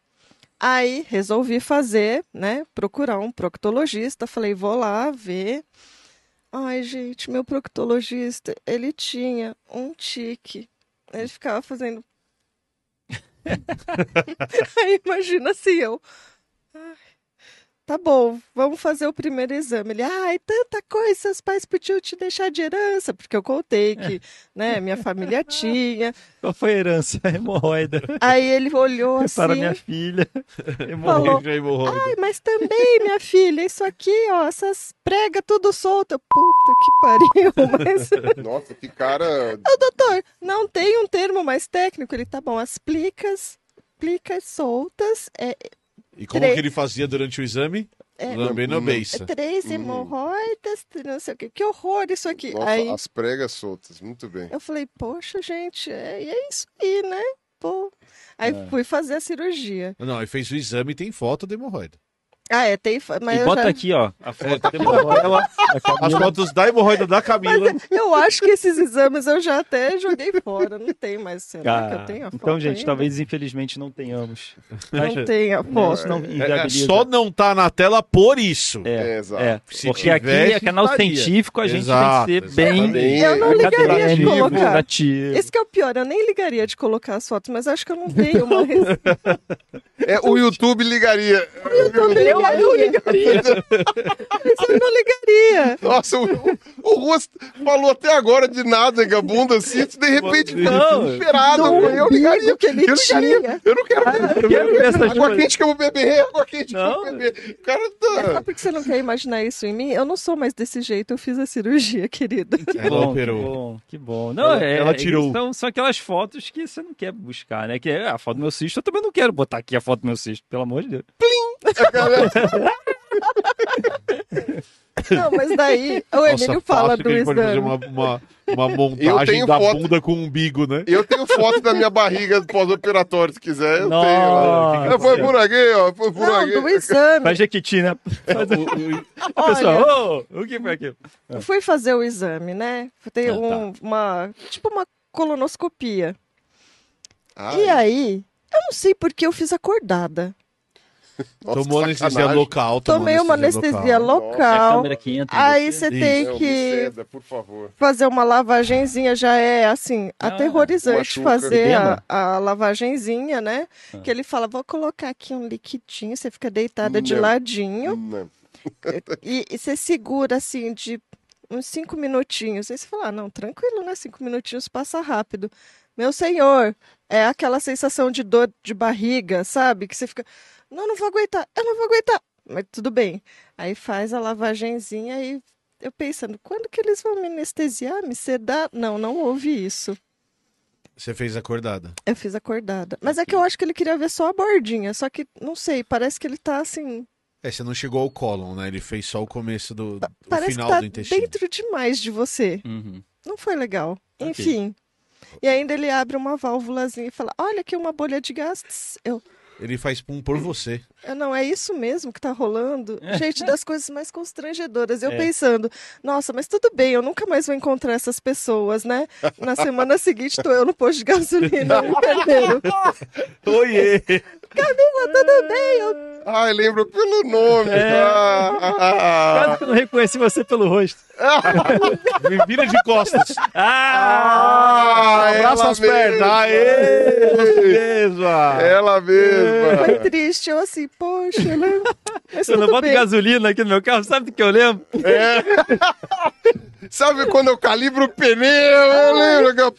S4: Aí resolvi fazer, né? Procurar um proctologista. Falei, vou lá ver. Ai, gente, meu proctologista, ele tinha um tique. Ele ficava fazendo. Aí imagina assim, eu. "Ai, Tá bom, vamos fazer o primeiro exame. Ele, ai, tanta coisa, seus pais podiam te deixar de herança, porque eu contei que, né, minha família tinha.
S3: Qual foi a herança? Hemorroida.
S4: Aí ele olhou assim,
S3: Para minha filha.
S4: Falou. Ah,
S3: Hemorroida.
S1: Morre de hemorroida.
S4: "Ai, mas também, minha filha, isso aqui, ó, essas pregas tudo solta. Eu, Puta que pariu, mas...
S2: Nossa, que cara.
S4: Ô, doutor, não tem um termo mais técnico? Ele, tá bom, as plicas, plicas soltas, é,
S1: E como
S4: Três.
S1: que ele fazia durante o exame?
S4: É.
S1: Lambendo a
S2: Hum.
S1: beiça.
S4: três
S2: Hum.
S4: hemorroidas, não sei o quê. Que horror isso aqui.
S2: Nossa,
S4: Aí
S2: as pregas soltas. Muito bem.
S4: eu falei, poxa, gente, é, e é isso aí, né? Pô. Aí
S3: É.
S4: fui fazer a cirurgia.
S1: Não, ele fez o exame e tem foto da hemorroida.
S4: Ah, é, tem... fa-
S3: E
S4: Mas eu
S3: bota
S4: já-
S3: aqui, ó. A
S1: É,
S3: foto
S1: tá aqui
S3: da
S1: na
S3: hemorroida.
S1: tela,
S4: Tá
S1: as fotos da hemorroida da Camila.
S4: Eu acho que esses exames eu já até joguei fora, não tem mais. Será que eu
S3: Ah,
S4: tenho a foto
S3: então, gente,
S4: ainda?
S3: talvez infelizmente não tenhamos.
S4: Não tenha
S3: Não,
S4: foto.
S3: isso
S1: É,
S3: não
S1: é,
S3: inviabiliza.
S1: só não tá na tela por isso.
S3: É,
S2: É, exato.
S3: é.
S1: Se
S3: porque aqui é
S1: tivesse,
S3: canal
S1: estaria.
S3: científico, a gente
S1: Exato,
S3: tem que ser bem
S2: exatamente.
S4: Eu não ligaria de
S3: acadêmico,
S4: colocar.
S3: ativo.
S4: Esse que é o pior, eu nem ligaria de colocar as fotos, mas acho que eu não tenho uma res-
S2: É, o YouTube ligaria.
S4: Eu não ligaria. Eu não ligaria.
S2: Nossa, o, o Ruas falou até agora de nada, que a bunda assim, de repente
S3: Não.
S2: desesperado.
S4: Do
S2: eu ligaria.
S4: umbigo que ele
S2: eu ligaria.
S4: tinha.
S2: Eu não quero beber.
S3: Eu quero ver essas
S2: água
S3: coisas.
S2: quente que eu vou beber, água quente que
S3: Não.
S2: eu vou beber. O cara
S4: É só
S2: tá.
S4: porque você não quer imaginar isso em mim? Eu não sou mais desse jeito, eu fiz a cirurgia, querido.
S1: Ela
S3: que
S1: operou.
S3: bom, que bom. Não,
S1: Ela-
S3: é,
S1: ela tirou.
S3: São, são aquelas fotos que você não quer buscar, né? Que é a foto do meu cisto, eu também não quero botar aqui a foto do meu cisto, pelo amor de Deus.
S4: Não, mas daí o Emílio fala
S1: fácil que
S4: do
S1: a gente pode fazer
S4: exame.
S1: uma, uma, uma
S2: Eu
S1: montagem
S2: tenho
S1: da
S2: foto-
S1: bunda com o umbigo, né?
S2: Eu tenho foto da minha barriga pós-operatório, se quiser. Eu
S3: Nossa.
S2: tenho. ó.
S3: Fica
S2: Ah, Foi
S3: assim, ó.
S2: por aqui, ó. Foi por
S4: Não,
S2: aqui.
S4: do exame.
S3: Faz Jequiti, né? Faz- a
S4: Olha.
S3: pessoa, ô, o que foi aquilo?
S4: Eu fui fazer o exame, né? Tem
S3: Ah, tá.
S4: um- uma. Tipo uma colonoscopia.
S2: Ah,
S4: E aí, eu não sei porque eu fiz acordada.
S2: Nossa,
S1: Tomou
S2: que
S1: anestesia
S2: sacanagem.
S1: local. tomou
S4: Tomei uma anestesia
S2: Nossa,
S3: É a
S4: local.
S3: câmera que entra. em
S4: Aí
S3: você.
S4: você
S1: Isso.
S4: tem
S2: Não, me
S4: que
S2: ceda, É por favor.
S4: fazer uma lavagenzinha já é assim, aterrorizante
S2: machuca.
S4: fazer
S3: Ah, Edema.
S4: a, a lavagenzinha, né?
S3: Ah.
S4: Que ele fala, vou colocar aqui um liquidinho, você fica deitada de
S2: Não.
S4: ladinho
S2: Não.
S4: e, e você segura assim de uns cinco minutinhos. Aí você fala, ah, não, tranquilo, né? Cinco minutinhos passa rápido. Meu senhor, é aquela sensação de dor de barriga, sabe? Que você fica, não, não vou aguentar, eu não vou aguentar. Mas tudo bem. Aí faz a lavagenzinha e eu pensando, quando que eles vão me anestesiar, me sedar? Não, não houve isso.
S1: Você fez acordada.
S4: Eu fiz acordada. Mas é que eu acho que ele queria ver só a bordinha, só que, não sei, parece que ele tá assim,
S1: É, você não chegou ao cólon, né? Ele fez só o começo do o
S4: parece que
S1: final
S4: tá
S1: do intestino.
S4: dentro demais de você.
S3: Uhum. Tá
S4: Não foi legal.
S3: Ok.
S4: Enfim. E ainda ele abre uma válvulazinha e fala: Olha aqui uma bolha de gás. Tss, Eu,
S1: Ele faz pum por você.
S4: eu, não, é isso mesmo que tá rolando? Gente, das coisas mais constrangedoras. Eu
S3: É.
S4: pensando: Nossa, mas tudo bem, eu nunca mais vou encontrar essas pessoas, né? Na semana seguinte tô eu no posto de gasolina, Tá me perderam.
S3: Oiê!
S4: Tudo bem, eu
S2: Ah, eu lembro pelo nome.
S4: É.
S2: Ah,
S3: Quase que eu não reconheci você pelo rosto.
S1: Me vira de costas.
S3: Ah!
S1: Abraça
S2: ela
S1: as pernas.
S2: mesma. É.
S1: Aê!
S4: É.
S1: Beleza!
S2: Ela mesma.
S4: foi triste. Eu assim, poxa, né? Mas
S3: Se eu não
S4: tudo
S3: boto
S4: bem.
S3: gasolina aqui no meu carro, sabe do que eu lembro?
S4: É.
S2: É. Sabe quando eu calibro o pneu? Eu lembro que eu...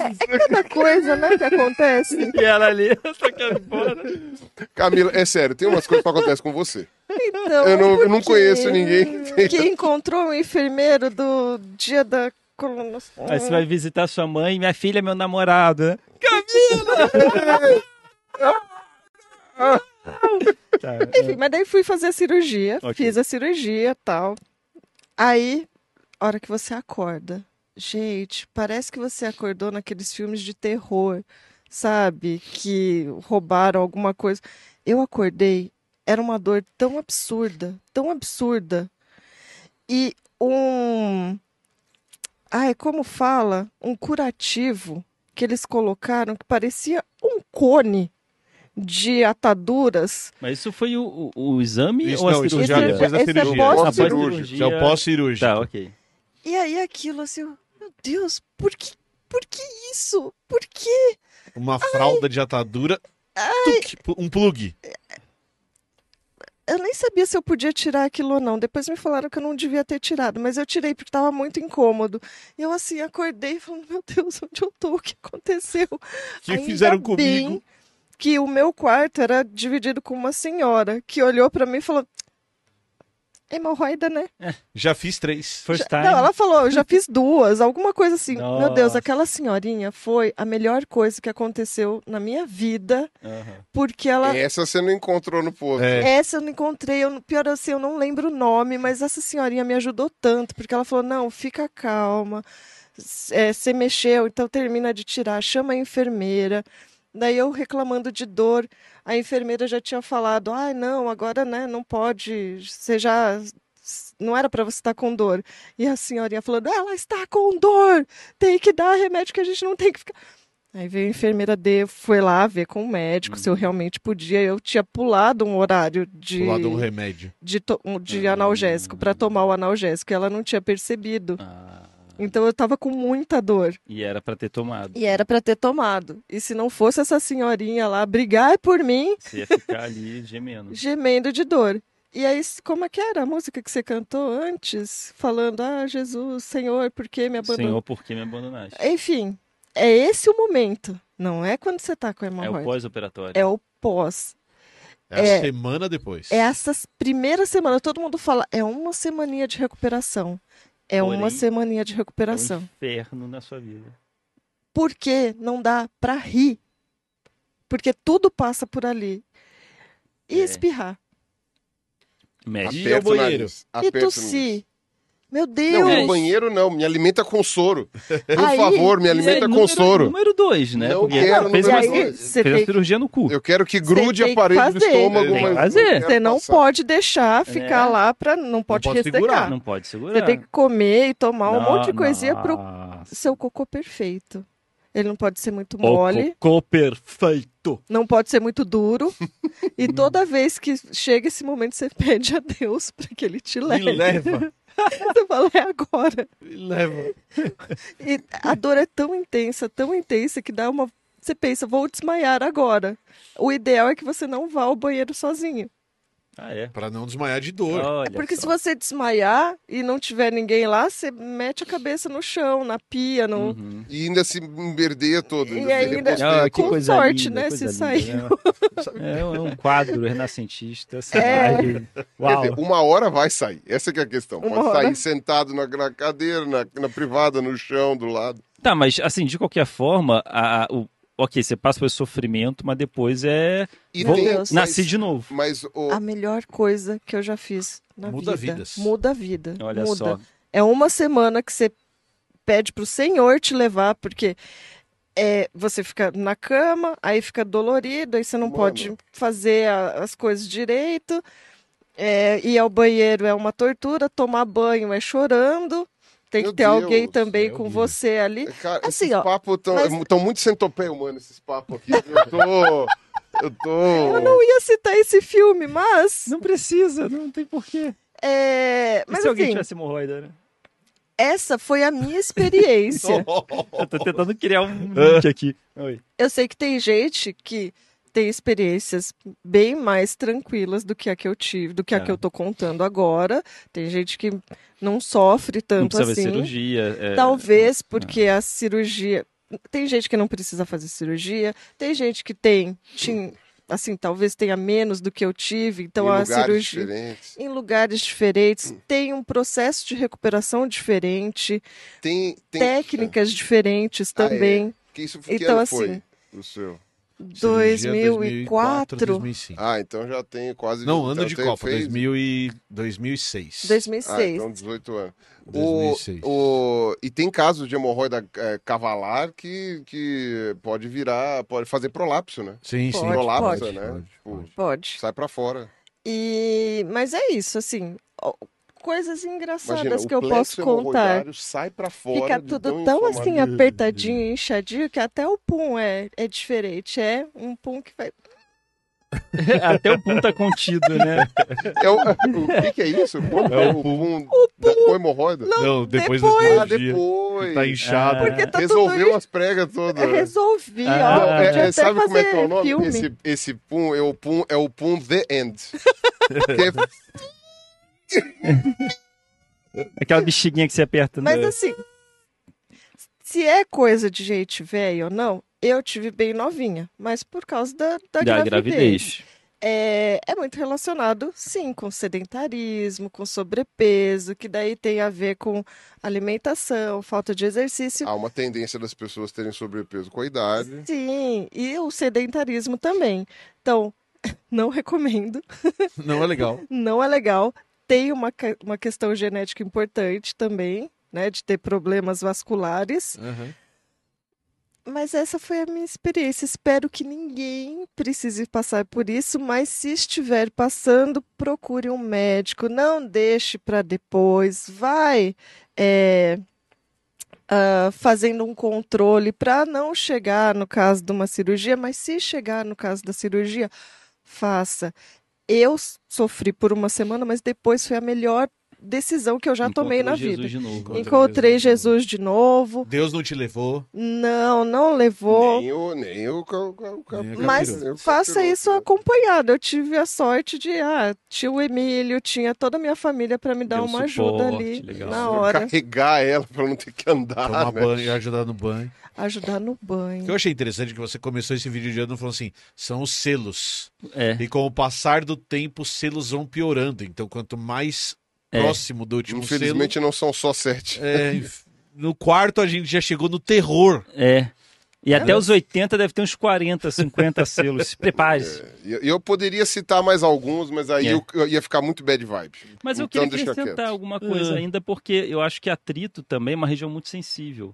S4: É cada coisa, né, que acontece.
S3: E ela ali, eu só quero ir embora.
S2: Camila, é sério, tem umas coisas que acontecem com você.
S4: Então,
S2: Eu não, eu não
S4: por quê?
S2: conheço ninguém. que
S4: que encontrou um enfermeiro do dia da colonoscopia.
S3: Aí você vai visitar sua mãe, minha filha, meu namorado, né? Camila! tá,
S4: Enfim, mas daí fui fazer a cirurgia,
S3: Ok.
S4: fiz a cirurgia tal. Aí, a hora que você acorda, gente, parece que você acordou naqueles filmes de terror, sabe? Que roubaram alguma coisa. Eu acordei, era uma dor tão absurda, tão absurda. E um. Ai, como fala? Um curativo que eles colocaram que parecia um cone de ataduras.
S3: Mas isso foi o, o- o exame
S1: Isso
S3: ou a
S1: não, isso
S3: cirurgia?
S1: já depois da
S4: Esse é
S1: cirurgia.
S4: pós-
S3: Após a
S2: cirúrgico.
S3: cirurgia.
S1: Isso é o pós-cirúrgico.
S3: Tá, ok.
S4: E aí aquilo assim, eu, meu Deus, por que, por que isso? Por que?
S1: Uma fralda de atadura. Tuc, um plug.
S4: Eu nem sabia se eu podia tirar aquilo ou não. Depois me falaram que eu não devia ter tirado, mas eu tirei porque estava muito incômodo. E eu assim acordei falando, meu Deus, onde eu tô? O que aconteceu?
S1: Que
S4: Ainda
S1: fizeram
S4: bem
S1: comigo.
S4: que o meu quarto era dividido com uma senhora que olhou para mim e falou: Hemorroida, né?
S1: Já fiz três.
S3: First time.
S4: Não, ela falou, eu já fiz duas, alguma coisa assim. Meu Deus,
S3: Nossa.
S4: aquela senhorinha foi a melhor coisa que aconteceu na minha vida,
S3: Aham.
S4: porque ela
S2: Essa você não encontrou no posto.
S1: É.
S4: Essa eu não encontrei, eu, pior assim, eu não lembro o nome, mas essa senhorinha me ajudou tanto, porque ela falou: não, fica calma, você mexeu, então termina de tirar, chama a enfermeira. Daí eu reclamando de dor, a enfermeira já tinha falado: ai, não, agora né, não pode, você já. Não era para você estar com dor. E a senhorinha falando: ela está com dor, tem que dar remédio que a gente não tem que ficar. Aí veio a enfermeira D, foi lá ver com o médico se eu realmente podia. Eu tinha pulado um horário de,
S1: Do lado um remédio.
S4: de, to- um- de analgésico para tomar o analgésico e ela não tinha percebido.
S3: Ah,
S4: Então eu tava com muita dor.
S3: e era pra ter tomado.
S4: E é- era para ter tomado. E se não fosse essa senhorinha lá brigar por mim,
S3: Você ia ficar ali gemendo.
S4: gemendo de dor. E aí, s- como é que era a música que você cantou antes? Falando, ah, Jesus, Senhor, por que me abandonou?
S3: Senhor, por que me abandonaste?
S4: Enfim, é esse o momento. Não é quando você tá com a
S3: É o
S4: hemorroida.
S3: pós-operatório.
S4: É o pós.
S1: É, a
S4: É.
S1: semana depois.
S4: É essa primeira semana, todo mundo fala, é uma semaninha de recuperação. É
S3: Porém,
S4: uma semaninha de
S3: É um
S4: recuperação.
S3: inferno na sua vida.
S4: Porque não dá pra rir. Porque tudo passa por ali. E
S3: É.
S4: espirrar.
S3: Médico.
S1: E ao
S2: o
S1: banheiro?
S2: nariz.
S4: É. e
S2: Aperta o nariz.
S4: tossir. Meu Deus!
S2: Não,
S3: Eu-
S2: no banheiro não. Me alimenta com soro. Por
S4: Aí-
S2: favor, me alimenta
S3: É,
S2: com
S3: número,
S2: soro.
S3: Número dois, né?
S2: Não
S3: Porque
S2: quero
S3: fez
S4: e
S2: número
S3: uma,
S4: aí
S2: dois.
S4: você
S3: fez uma
S4: tem que-
S3: cirurgia no cu.
S2: Eu quero que grude
S4: tem
S2: a
S4: que
S2: parede do
S4: fazer.
S2: estômago.
S1: Tem que
S2: mas
S3: fazer.
S2: eu quero
S4: Você não
S2: passar.
S4: pode deixar ficar
S3: É.
S4: lá pra. Não pode,
S1: pode
S4: ressecar.
S1: segurar.
S3: Não pode segurar.
S4: Você tem que comer e tomar
S3: Não,
S4: um monte de coisinha pro
S3: nossa.
S4: seu cocô perfeito. Ele não pode ser muito
S3: O
S4: mole,
S3: cocô perfeito.
S4: não pode ser muito duro. e toda vez que chega esse momento, você pede a Deus para que ele te leve.
S1: Me leva.
S4: Você fala, é agora.
S1: Me
S3: É.
S1: leva.
S4: E a dor é tão intensa, tão intensa, que dá uma. Você pensa, vou desmaiar agora. O ideal é que você não vá ao banheiro sozinho.
S3: Ah, é.
S1: Pra não desmaiar de dor.
S3: Olha
S4: É porque
S3: só.
S4: se você desmaiar e não tiver ninguém lá, você mete a cabeça no chão, na pia, no.
S3: Uhum.
S2: E ainda se emberdeia todo.
S4: E
S2: se
S4: ainda-
S2: reposteia
S4: Ah,
S3: que
S4: com
S2: todo.
S3: coisa
S4: sorte,
S3: linda,
S4: né,
S3: coisa
S4: se
S3: linda, né? É, um- é um quadro renascentista.
S4: É.
S3: sabe?
S2: Quer
S3: Uau.
S2: dizer, uma hora vai sair. Essa que é a questão.
S4: Uma
S2: Pode
S4: hora.
S2: sair sentado na, na cadeira, na, na privada, no chão, do lado.
S3: Tá, mas assim, de qualquer forma, a, a- o, ok, você passa por esse sofrimento, mas depois é.
S2: E
S4: Meu
S3: Vou
S2: tem-
S4: Deus. Ah,
S3: nasci de novo.
S2: Mas o,
S4: A melhor coisa que eu já fiz na
S1: Muda
S4: vida.
S1: vidas.
S4: Muda a vida.
S3: Olha
S4: muda.
S3: só.
S4: É uma semana que você pede pro Senhor te levar, porque é, você fica na cama, aí fica dolorido, aí você não
S2: Mano.
S4: pode fazer a- as coisas direito. É, ir ao banheiro é uma tortura, tomar banho é chorando. Tem
S2: Meu
S4: que ter
S2: Deus,
S4: alguém também
S1: é
S4: com
S1: horrível.
S4: você ali.
S2: Cara,
S4: Assim,
S2: esses
S4: ó,
S2: papos estão
S4: mas-
S2: muito centopeia humana, esses papos aqui. Eu tô. Eu tô.
S4: Eu não ia citar esse filme, mas.
S3: Não precisa, não tem porquê.
S4: É,
S3: E
S4: mas
S3: se alguém
S4: assim,
S3: tivesse hemorroida, né?
S4: essa foi a minha experiência.
S3: Eu tô tentando criar um link aqui. Oi.
S4: Eu sei que tem gente que tem experiências bem mais tranquilas do que a que eu tive, do que a
S3: É.
S4: que eu tô contando agora. Tem gente que não sofre
S3: Não
S4: tanto
S3: precisa ver
S4: assim.
S3: cirurgia. é-
S4: Talvez porque a cirurgia. Tem gente que não precisa fazer cirurgia, tem gente que tem. tin- assim, talvez tenha menos do que eu tive, então
S2: em
S4: a
S2: lugares
S4: cirurgia.
S2: diferentes.
S4: Em lugares diferentes, tem um processo de recuperação diferente,
S2: Tem, tem
S4: técnicas diferentes
S2: Ah, é.
S4: também.
S2: Que isso que
S4: Então,
S2: ano
S4: assim,
S2: foi o seu?
S1: Cirurgia
S4: 2004,
S1: 2005.
S2: Ah, então já tem quase.
S1: Não, ano
S2: já
S1: de
S2: tem-
S1: Copa,
S2: fez-
S1: 2000 e 2006.
S4: 2006.
S2: Ah, então 18 anos. O-
S1: 2006.
S2: o- e tem casos de hemorroida eh, cavalar que, que pode virar, pode fazer prolapso, né?
S1: Sim, sim.
S4: Pode,
S2: prolapso,
S4: pode.
S2: né? Tipo,
S4: Pode.
S2: sai pra fora.
S4: E mas é isso, assim, ó, coisas engraçadas
S2: Imagina,
S4: que
S2: o
S4: eu
S2: plexo
S4: posso contar.
S2: hemorroidário sai pra fora.
S4: Fica
S2: de
S4: tudo
S2: tão
S4: tão
S2: inflamado.
S4: assim apertadinho, e inchadinho que até o pum é, é diferente. É um pum que vai.
S3: Até o pum tá contido, né?
S2: É o, o que, que é isso? O pum,
S1: É o
S2: o pum da, com hemorroida?
S1: Não, depois,
S4: depois.
S1: da
S2: Ah,
S1: cirurgia.
S2: depois.
S1: Tá inchado.
S4: Porque é tá
S2: Resolveu
S4: tudo
S2: as pregas todas.
S4: isso.
S2: né?
S4: Resolvi,
S3: Ah,
S4: ó.
S2: Não, é-
S4: pode
S2: é-
S4: até
S2: sabe como é que é o
S4: fazer
S2: nome?
S4: filme.
S2: Esse, esse pum é o pum, é o pum The End. Que é-
S3: Aquela bexiguinha que você aperta.
S4: Mas
S3: no...
S4: assim, se é coisa de gente velha ou não, eu tive bem novinha, mas por causa da, da,
S3: da
S4: gravidez.
S3: gravidez.
S4: é, é muito relacionado, sim, com sedentarismo, com sobrepeso, que daí tem a ver com alimentação, falta de exercício.
S2: Há uma tendência das pessoas terem sobrepeso com a idade.
S4: Sim, e o sedentarismo também. Então, não recomendo,
S1: Não é legal.
S4: não é legal. Tem uma, que- uma questão genética importante também, né, de ter problemas vasculares.
S1: Uhum.
S4: Mas essa foi a minha experiência. Espero que ninguém precise passar por isso, mas se estiver passando, procure um médico. Não deixe para depois. Vai é, ah, fazendo um controle para não chegar no caso de uma cirurgia, mas se chegar no caso da cirurgia, faça. Eu s- sofri por uma semana, mas depois foi a melhor decisão que eu já tomei na
S3: Encontrou Jesus
S4: vida.
S3: de novo.
S1: Encontrou
S4: Encontrei
S1: Jesus
S4: Jesus de novo.
S1: Deus não te levou.
S4: Não, não levou.
S2: Nem o, nem o, ca- né? ca- ca-
S3: É
S1: Nem o
S4: Mas
S1: Capiroto.
S4: faça
S2: capiroto,
S4: isso
S2: né?
S4: acompanhado. Eu tive a sorte de, ah, tinha o Emílio, tinha toda a minha família para me dar
S3: Deu
S4: uma
S3: suporte,
S4: ajuda ali
S3: legal.
S4: na hora,
S2: Carregar ela pra não ter que andar.
S1: Tomar
S2: né?
S1: banho, ajudar no banho.
S4: ajudar no
S1: O que
S4: banho.
S1: eu achei interessante é que você começou esse vídeo de ano falando assim: são os selos.
S3: É.
S1: E com o passar do tempo, os selos vão piorando. Então, quanto mais
S3: É.
S1: próximo do último selo.
S2: Infelizmente não são só sete.
S1: é, inf- no quarto, a gente já chegou no terror.
S3: É. E até os 80 deve ter uns 40, 50 selos. Se prepare-se.
S2: E Eu, eu poderia citar mais alguns, mas aí
S3: É.
S2: eu, eu ia ficar muito bad vibe.
S3: Mas eu
S2: então
S3: queria
S2: deixa
S3: acrescentar
S2: quieto.
S3: alguma coisa
S1: Ah.
S3: ainda, porque eu acho que atrito também é uma região muito sensível.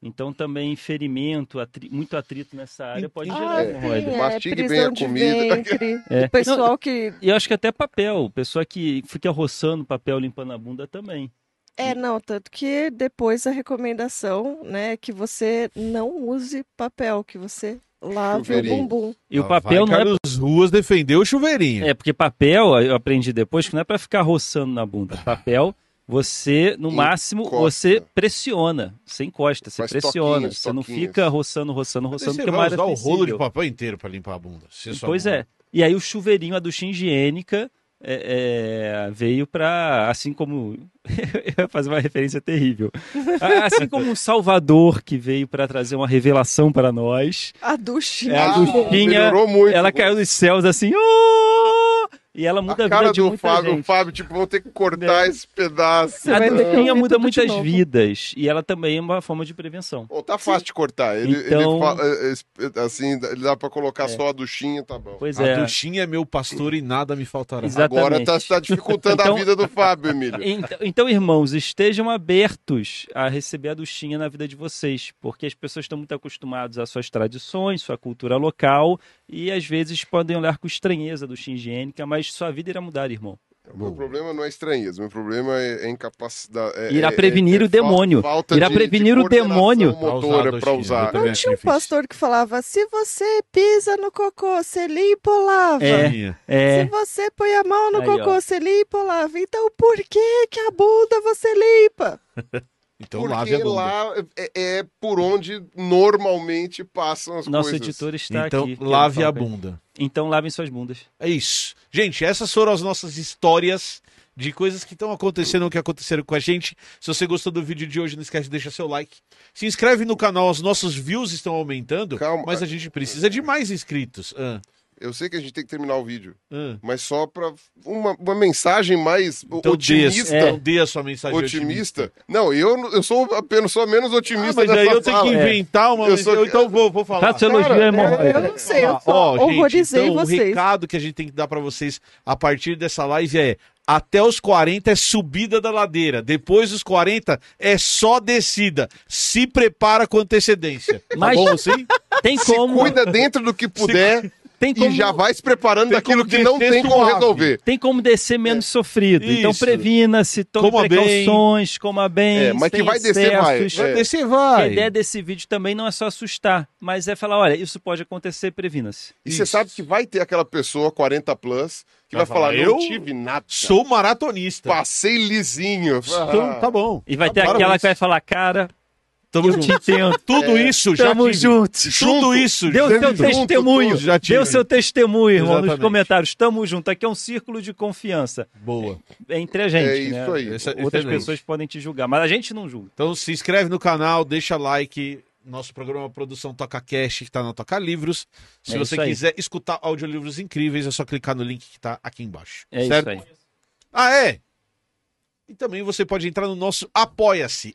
S3: Então também ferimento, atri- muito atrito nessa área pode
S4: Ah,
S3: gerar
S2: É.
S4: sim,
S3: hemorroida.
S4: é,
S2: Mastigue bem a
S4: prisão de
S2: comida.
S4: ventre.
S3: É.
S4: O pessoal que
S3: E eu acho que até papel, pessoa que fica roçando papel limpando a bunda também.
S4: É, não, tanto que depois a recomendação, né, é que você não use papel, que você lave o
S2: Chuveirinho.
S4: bumbum.
S3: E o papel não é
S1: Carlos Ruas defendeu o chuveirinho.
S3: É, porque papel, eu aprendi depois que não é pra ficar roçando na bunda.
S2: Ah.
S3: Papel, você, no máximo,
S2: Encosta.
S3: você pressiona. Você encosta, você
S2: Faz
S3: pressiona.
S2: toquinhos,
S3: você não
S2: toquinhos.
S3: fica roçando, roçando,
S1: Mas
S3: roçando,
S1: aí Você
S3: porque é uma
S1: vai
S3: área
S1: usar o rolo de né?
S3: sensível.
S1: papel inteiro pra limpar a bunda. se sua
S3: Pois
S1: bunda.
S3: é. E aí o chuveirinho, a ducha higiênica, é- é, veio pra. Assim como. eu ia fazer uma referência terrível. A- Assim como um Salvador que veio pra trazer uma revelação pra nós.
S4: A duchinha.
S3: É, a
S4: do
S3: duchinha.
S4: bumbum.
S2: Ah, melhorou muito.
S3: Ela caiu dos céus assim. "Oh!" E ela muda
S2: a
S3: a, vida
S2: cara
S3: de
S2: do
S3: muita
S2: Fábio,
S3: gente. É.
S2: o Fábio, tipo, vão ter que cortar esse pedaço.
S4: Você
S3: a
S4: vai ter que
S3: duchinha
S4: ouvir
S3: muda
S4: tudo de
S3: muitas
S4: novo.
S3: vidas e ela também é uma forma de prevenção.
S2: Bom, tá fácil de cortar. Ele, ele
S3: Então- É.
S2: fa- é, é, assim, dá- dá pra colocar só a duchinha, tá bom.
S3: Pois
S1: A
S3: é.
S1: duchinha é meu pastor e nada me faltará.
S3: Exato.
S2: Agora tá,
S3: exatamente.
S2: tá dificultando
S3: Então-
S2: a vida do Fábio, Emílio.
S3: Então, então, irmãos, estejam abertos a receber a duchinha na vida de vocês, porque as pessoas estão muito acostumadas às suas tradições, sua cultura local, e às vezes podem olhar com estranheza a duchinha higiênica, é, mas sua vida irá mudar, irmão.
S2: O meu problema não é estranheza, o meu problema é, é incapacidade. é-
S3: Irá
S2: é-
S3: prevenir
S2: é
S3: o demônio.
S2: falta
S3: Irá
S2: de-
S3: prevenir
S2: de
S3: o demônio.
S2: coordenação motora pra
S1: Pra usar a
S2: usar.
S1: duchinha,
S4: Não
S1: Também
S3: é
S4: tinha um
S1: acho difícil.
S4: pastor que falava, se você pisa no cocô, você limpa ou lava.
S3: É.
S4: Se
S3: É,
S4: você põe a mão no
S3: Aí,
S4: cocô,
S3: ó.
S4: você limpa ou lava. Então por que que a bunda você limpa?
S1: Então lave
S2: Porque
S1: a bunda.
S2: lá é, é por onde normalmente passam as
S3: nosso
S2: coisas.
S3: editor está
S1: Então
S3: aqui. é querendo
S1: lave
S3: falar
S1: a
S3: com ele.
S1: bunda.
S3: Então lavem suas bundas.
S1: É isso. Gente, essas foram as nossas histórias de coisas que estão acontecendo ou que aconteceram com a gente. Se você gostou do vídeo de hoje, não esquece de deixar seu like. Se inscreve no canal, os nossos views estão aumentando,
S2: Calma.
S1: mas a gente precisa de mais inscritos. Ah,
S2: Eu sei que a gente tem que terminar o vídeo,
S1: ah.
S2: mas só pra uma, uma mensagem mais
S1: Então dê,
S2: otimista.
S1: então dê a sua mensagem
S2: otimista. Não, eu, não- eu sou apenas sou a menos
S1: Ah,
S2: otimista
S1: mas
S2: dessa
S1: aí eu tenho
S2: sala.
S1: que inventar uma
S2: Eu
S1: mensagem.
S2: sou-
S1: Então vou, vou falar.
S3: Tá, seu
S2: Cara,
S3: elogio é mó-
S4: é, eu não sei, eu só
S1: Ó, gente,
S4: horrorizei
S1: então, O
S4: vocês.
S1: recado que a gente tem que dar pra vocês a partir dessa live é: até os 40 é subida da ladeira, depois dos 40 é só descida. Se prepara com antecedência.
S3: Mas-
S1: Tá bom assim?
S3: Tem
S2: é. Se
S3: como.
S2: cuida dentro do que puder
S3: Tem
S2: e
S3: como.
S2: já vai se preparando
S1: Tem
S2: daquilo
S1: como
S2: que não
S1: descer
S2: tem como
S1: suave.
S2: resolver.
S3: Tem como descer menos
S2: É,
S3: sofrido. Então
S1: Isso.
S3: previna-se, tome
S1: Coma bem.
S3: precauções, coma bem.
S2: É, mas que
S3: sem
S2: vai descer, vai.
S3: excessos.
S2: É.
S1: Descer
S3: Porque
S1: vai.
S3: A ideia desse vídeo também não é só assustar, mas é falar, olha, isso pode acontecer, previna-se.
S2: E você
S1: Isso.
S2: sabe que vai ter aquela pessoa 40 plus que vai,
S1: Vai
S2: falar,
S1: falar,
S2: não
S1: "Eu
S2: tive nada.
S1: Sou maratonista.
S2: Passei lisinho.
S1: Então, tá bom.
S3: E vai ter
S1: Claro
S3: aquela
S1: isso.
S3: que vai falar, cara,
S1: Tamo
S3: eu
S1: junto.
S3: te entendo.
S1: Tudo isso já
S3: Tamo
S1: tive.
S3: junto.
S1: Tudo isso
S3: Deu
S1: já
S3: seu
S1: tive.
S3: testemunho.
S1: tudo, já tive.
S3: Deu seu testemunho, irmão, nos
S1: Exatamente.
S3: comentários. Tamo junto. Aqui é um círculo de confiança
S1: Boa.
S3: entre a gente.
S2: É isso
S3: né?
S2: aí.
S1: Essa-
S3: Outras
S1: excelente.
S3: pessoas podem te julgar, mas a gente não julga.
S1: Então se inscreve no canal, deixa like. Nosso programa Produção Toca Cash, que tá na Toca Livros. Se
S3: É
S1: você
S3: isso aí.
S1: quiser escutar audiolivros incríveis, é só clicar no link que tá aqui embaixo.
S3: É
S1: certo?
S3: isso aí.
S1: Ah, é? E também você pode entrar no nosso Apoia-se,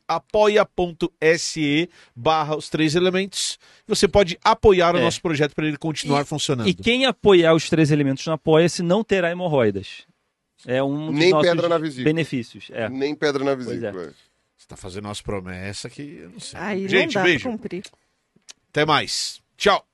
S1: apoia.se barra os três elementos. Você pode apoiar o
S3: É.
S1: nosso projeto para ele continuar funcionando.
S3: E quem apoiar os três elementos no Apoia-se não terá hemorroidas. É um dos
S2: Nem
S3: nossos
S2: pedra na vesícula.
S3: benefícios. É.
S2: Nem pedra na
S3: Pois
S2: vesícula.
S1: Você tá fazendo umas promessas que eu não sei.
S4: Aí
S1: Gente,
S4: não dá
S1: beijo.
S4: pra cumprir.
S1: Até mais. Tchau.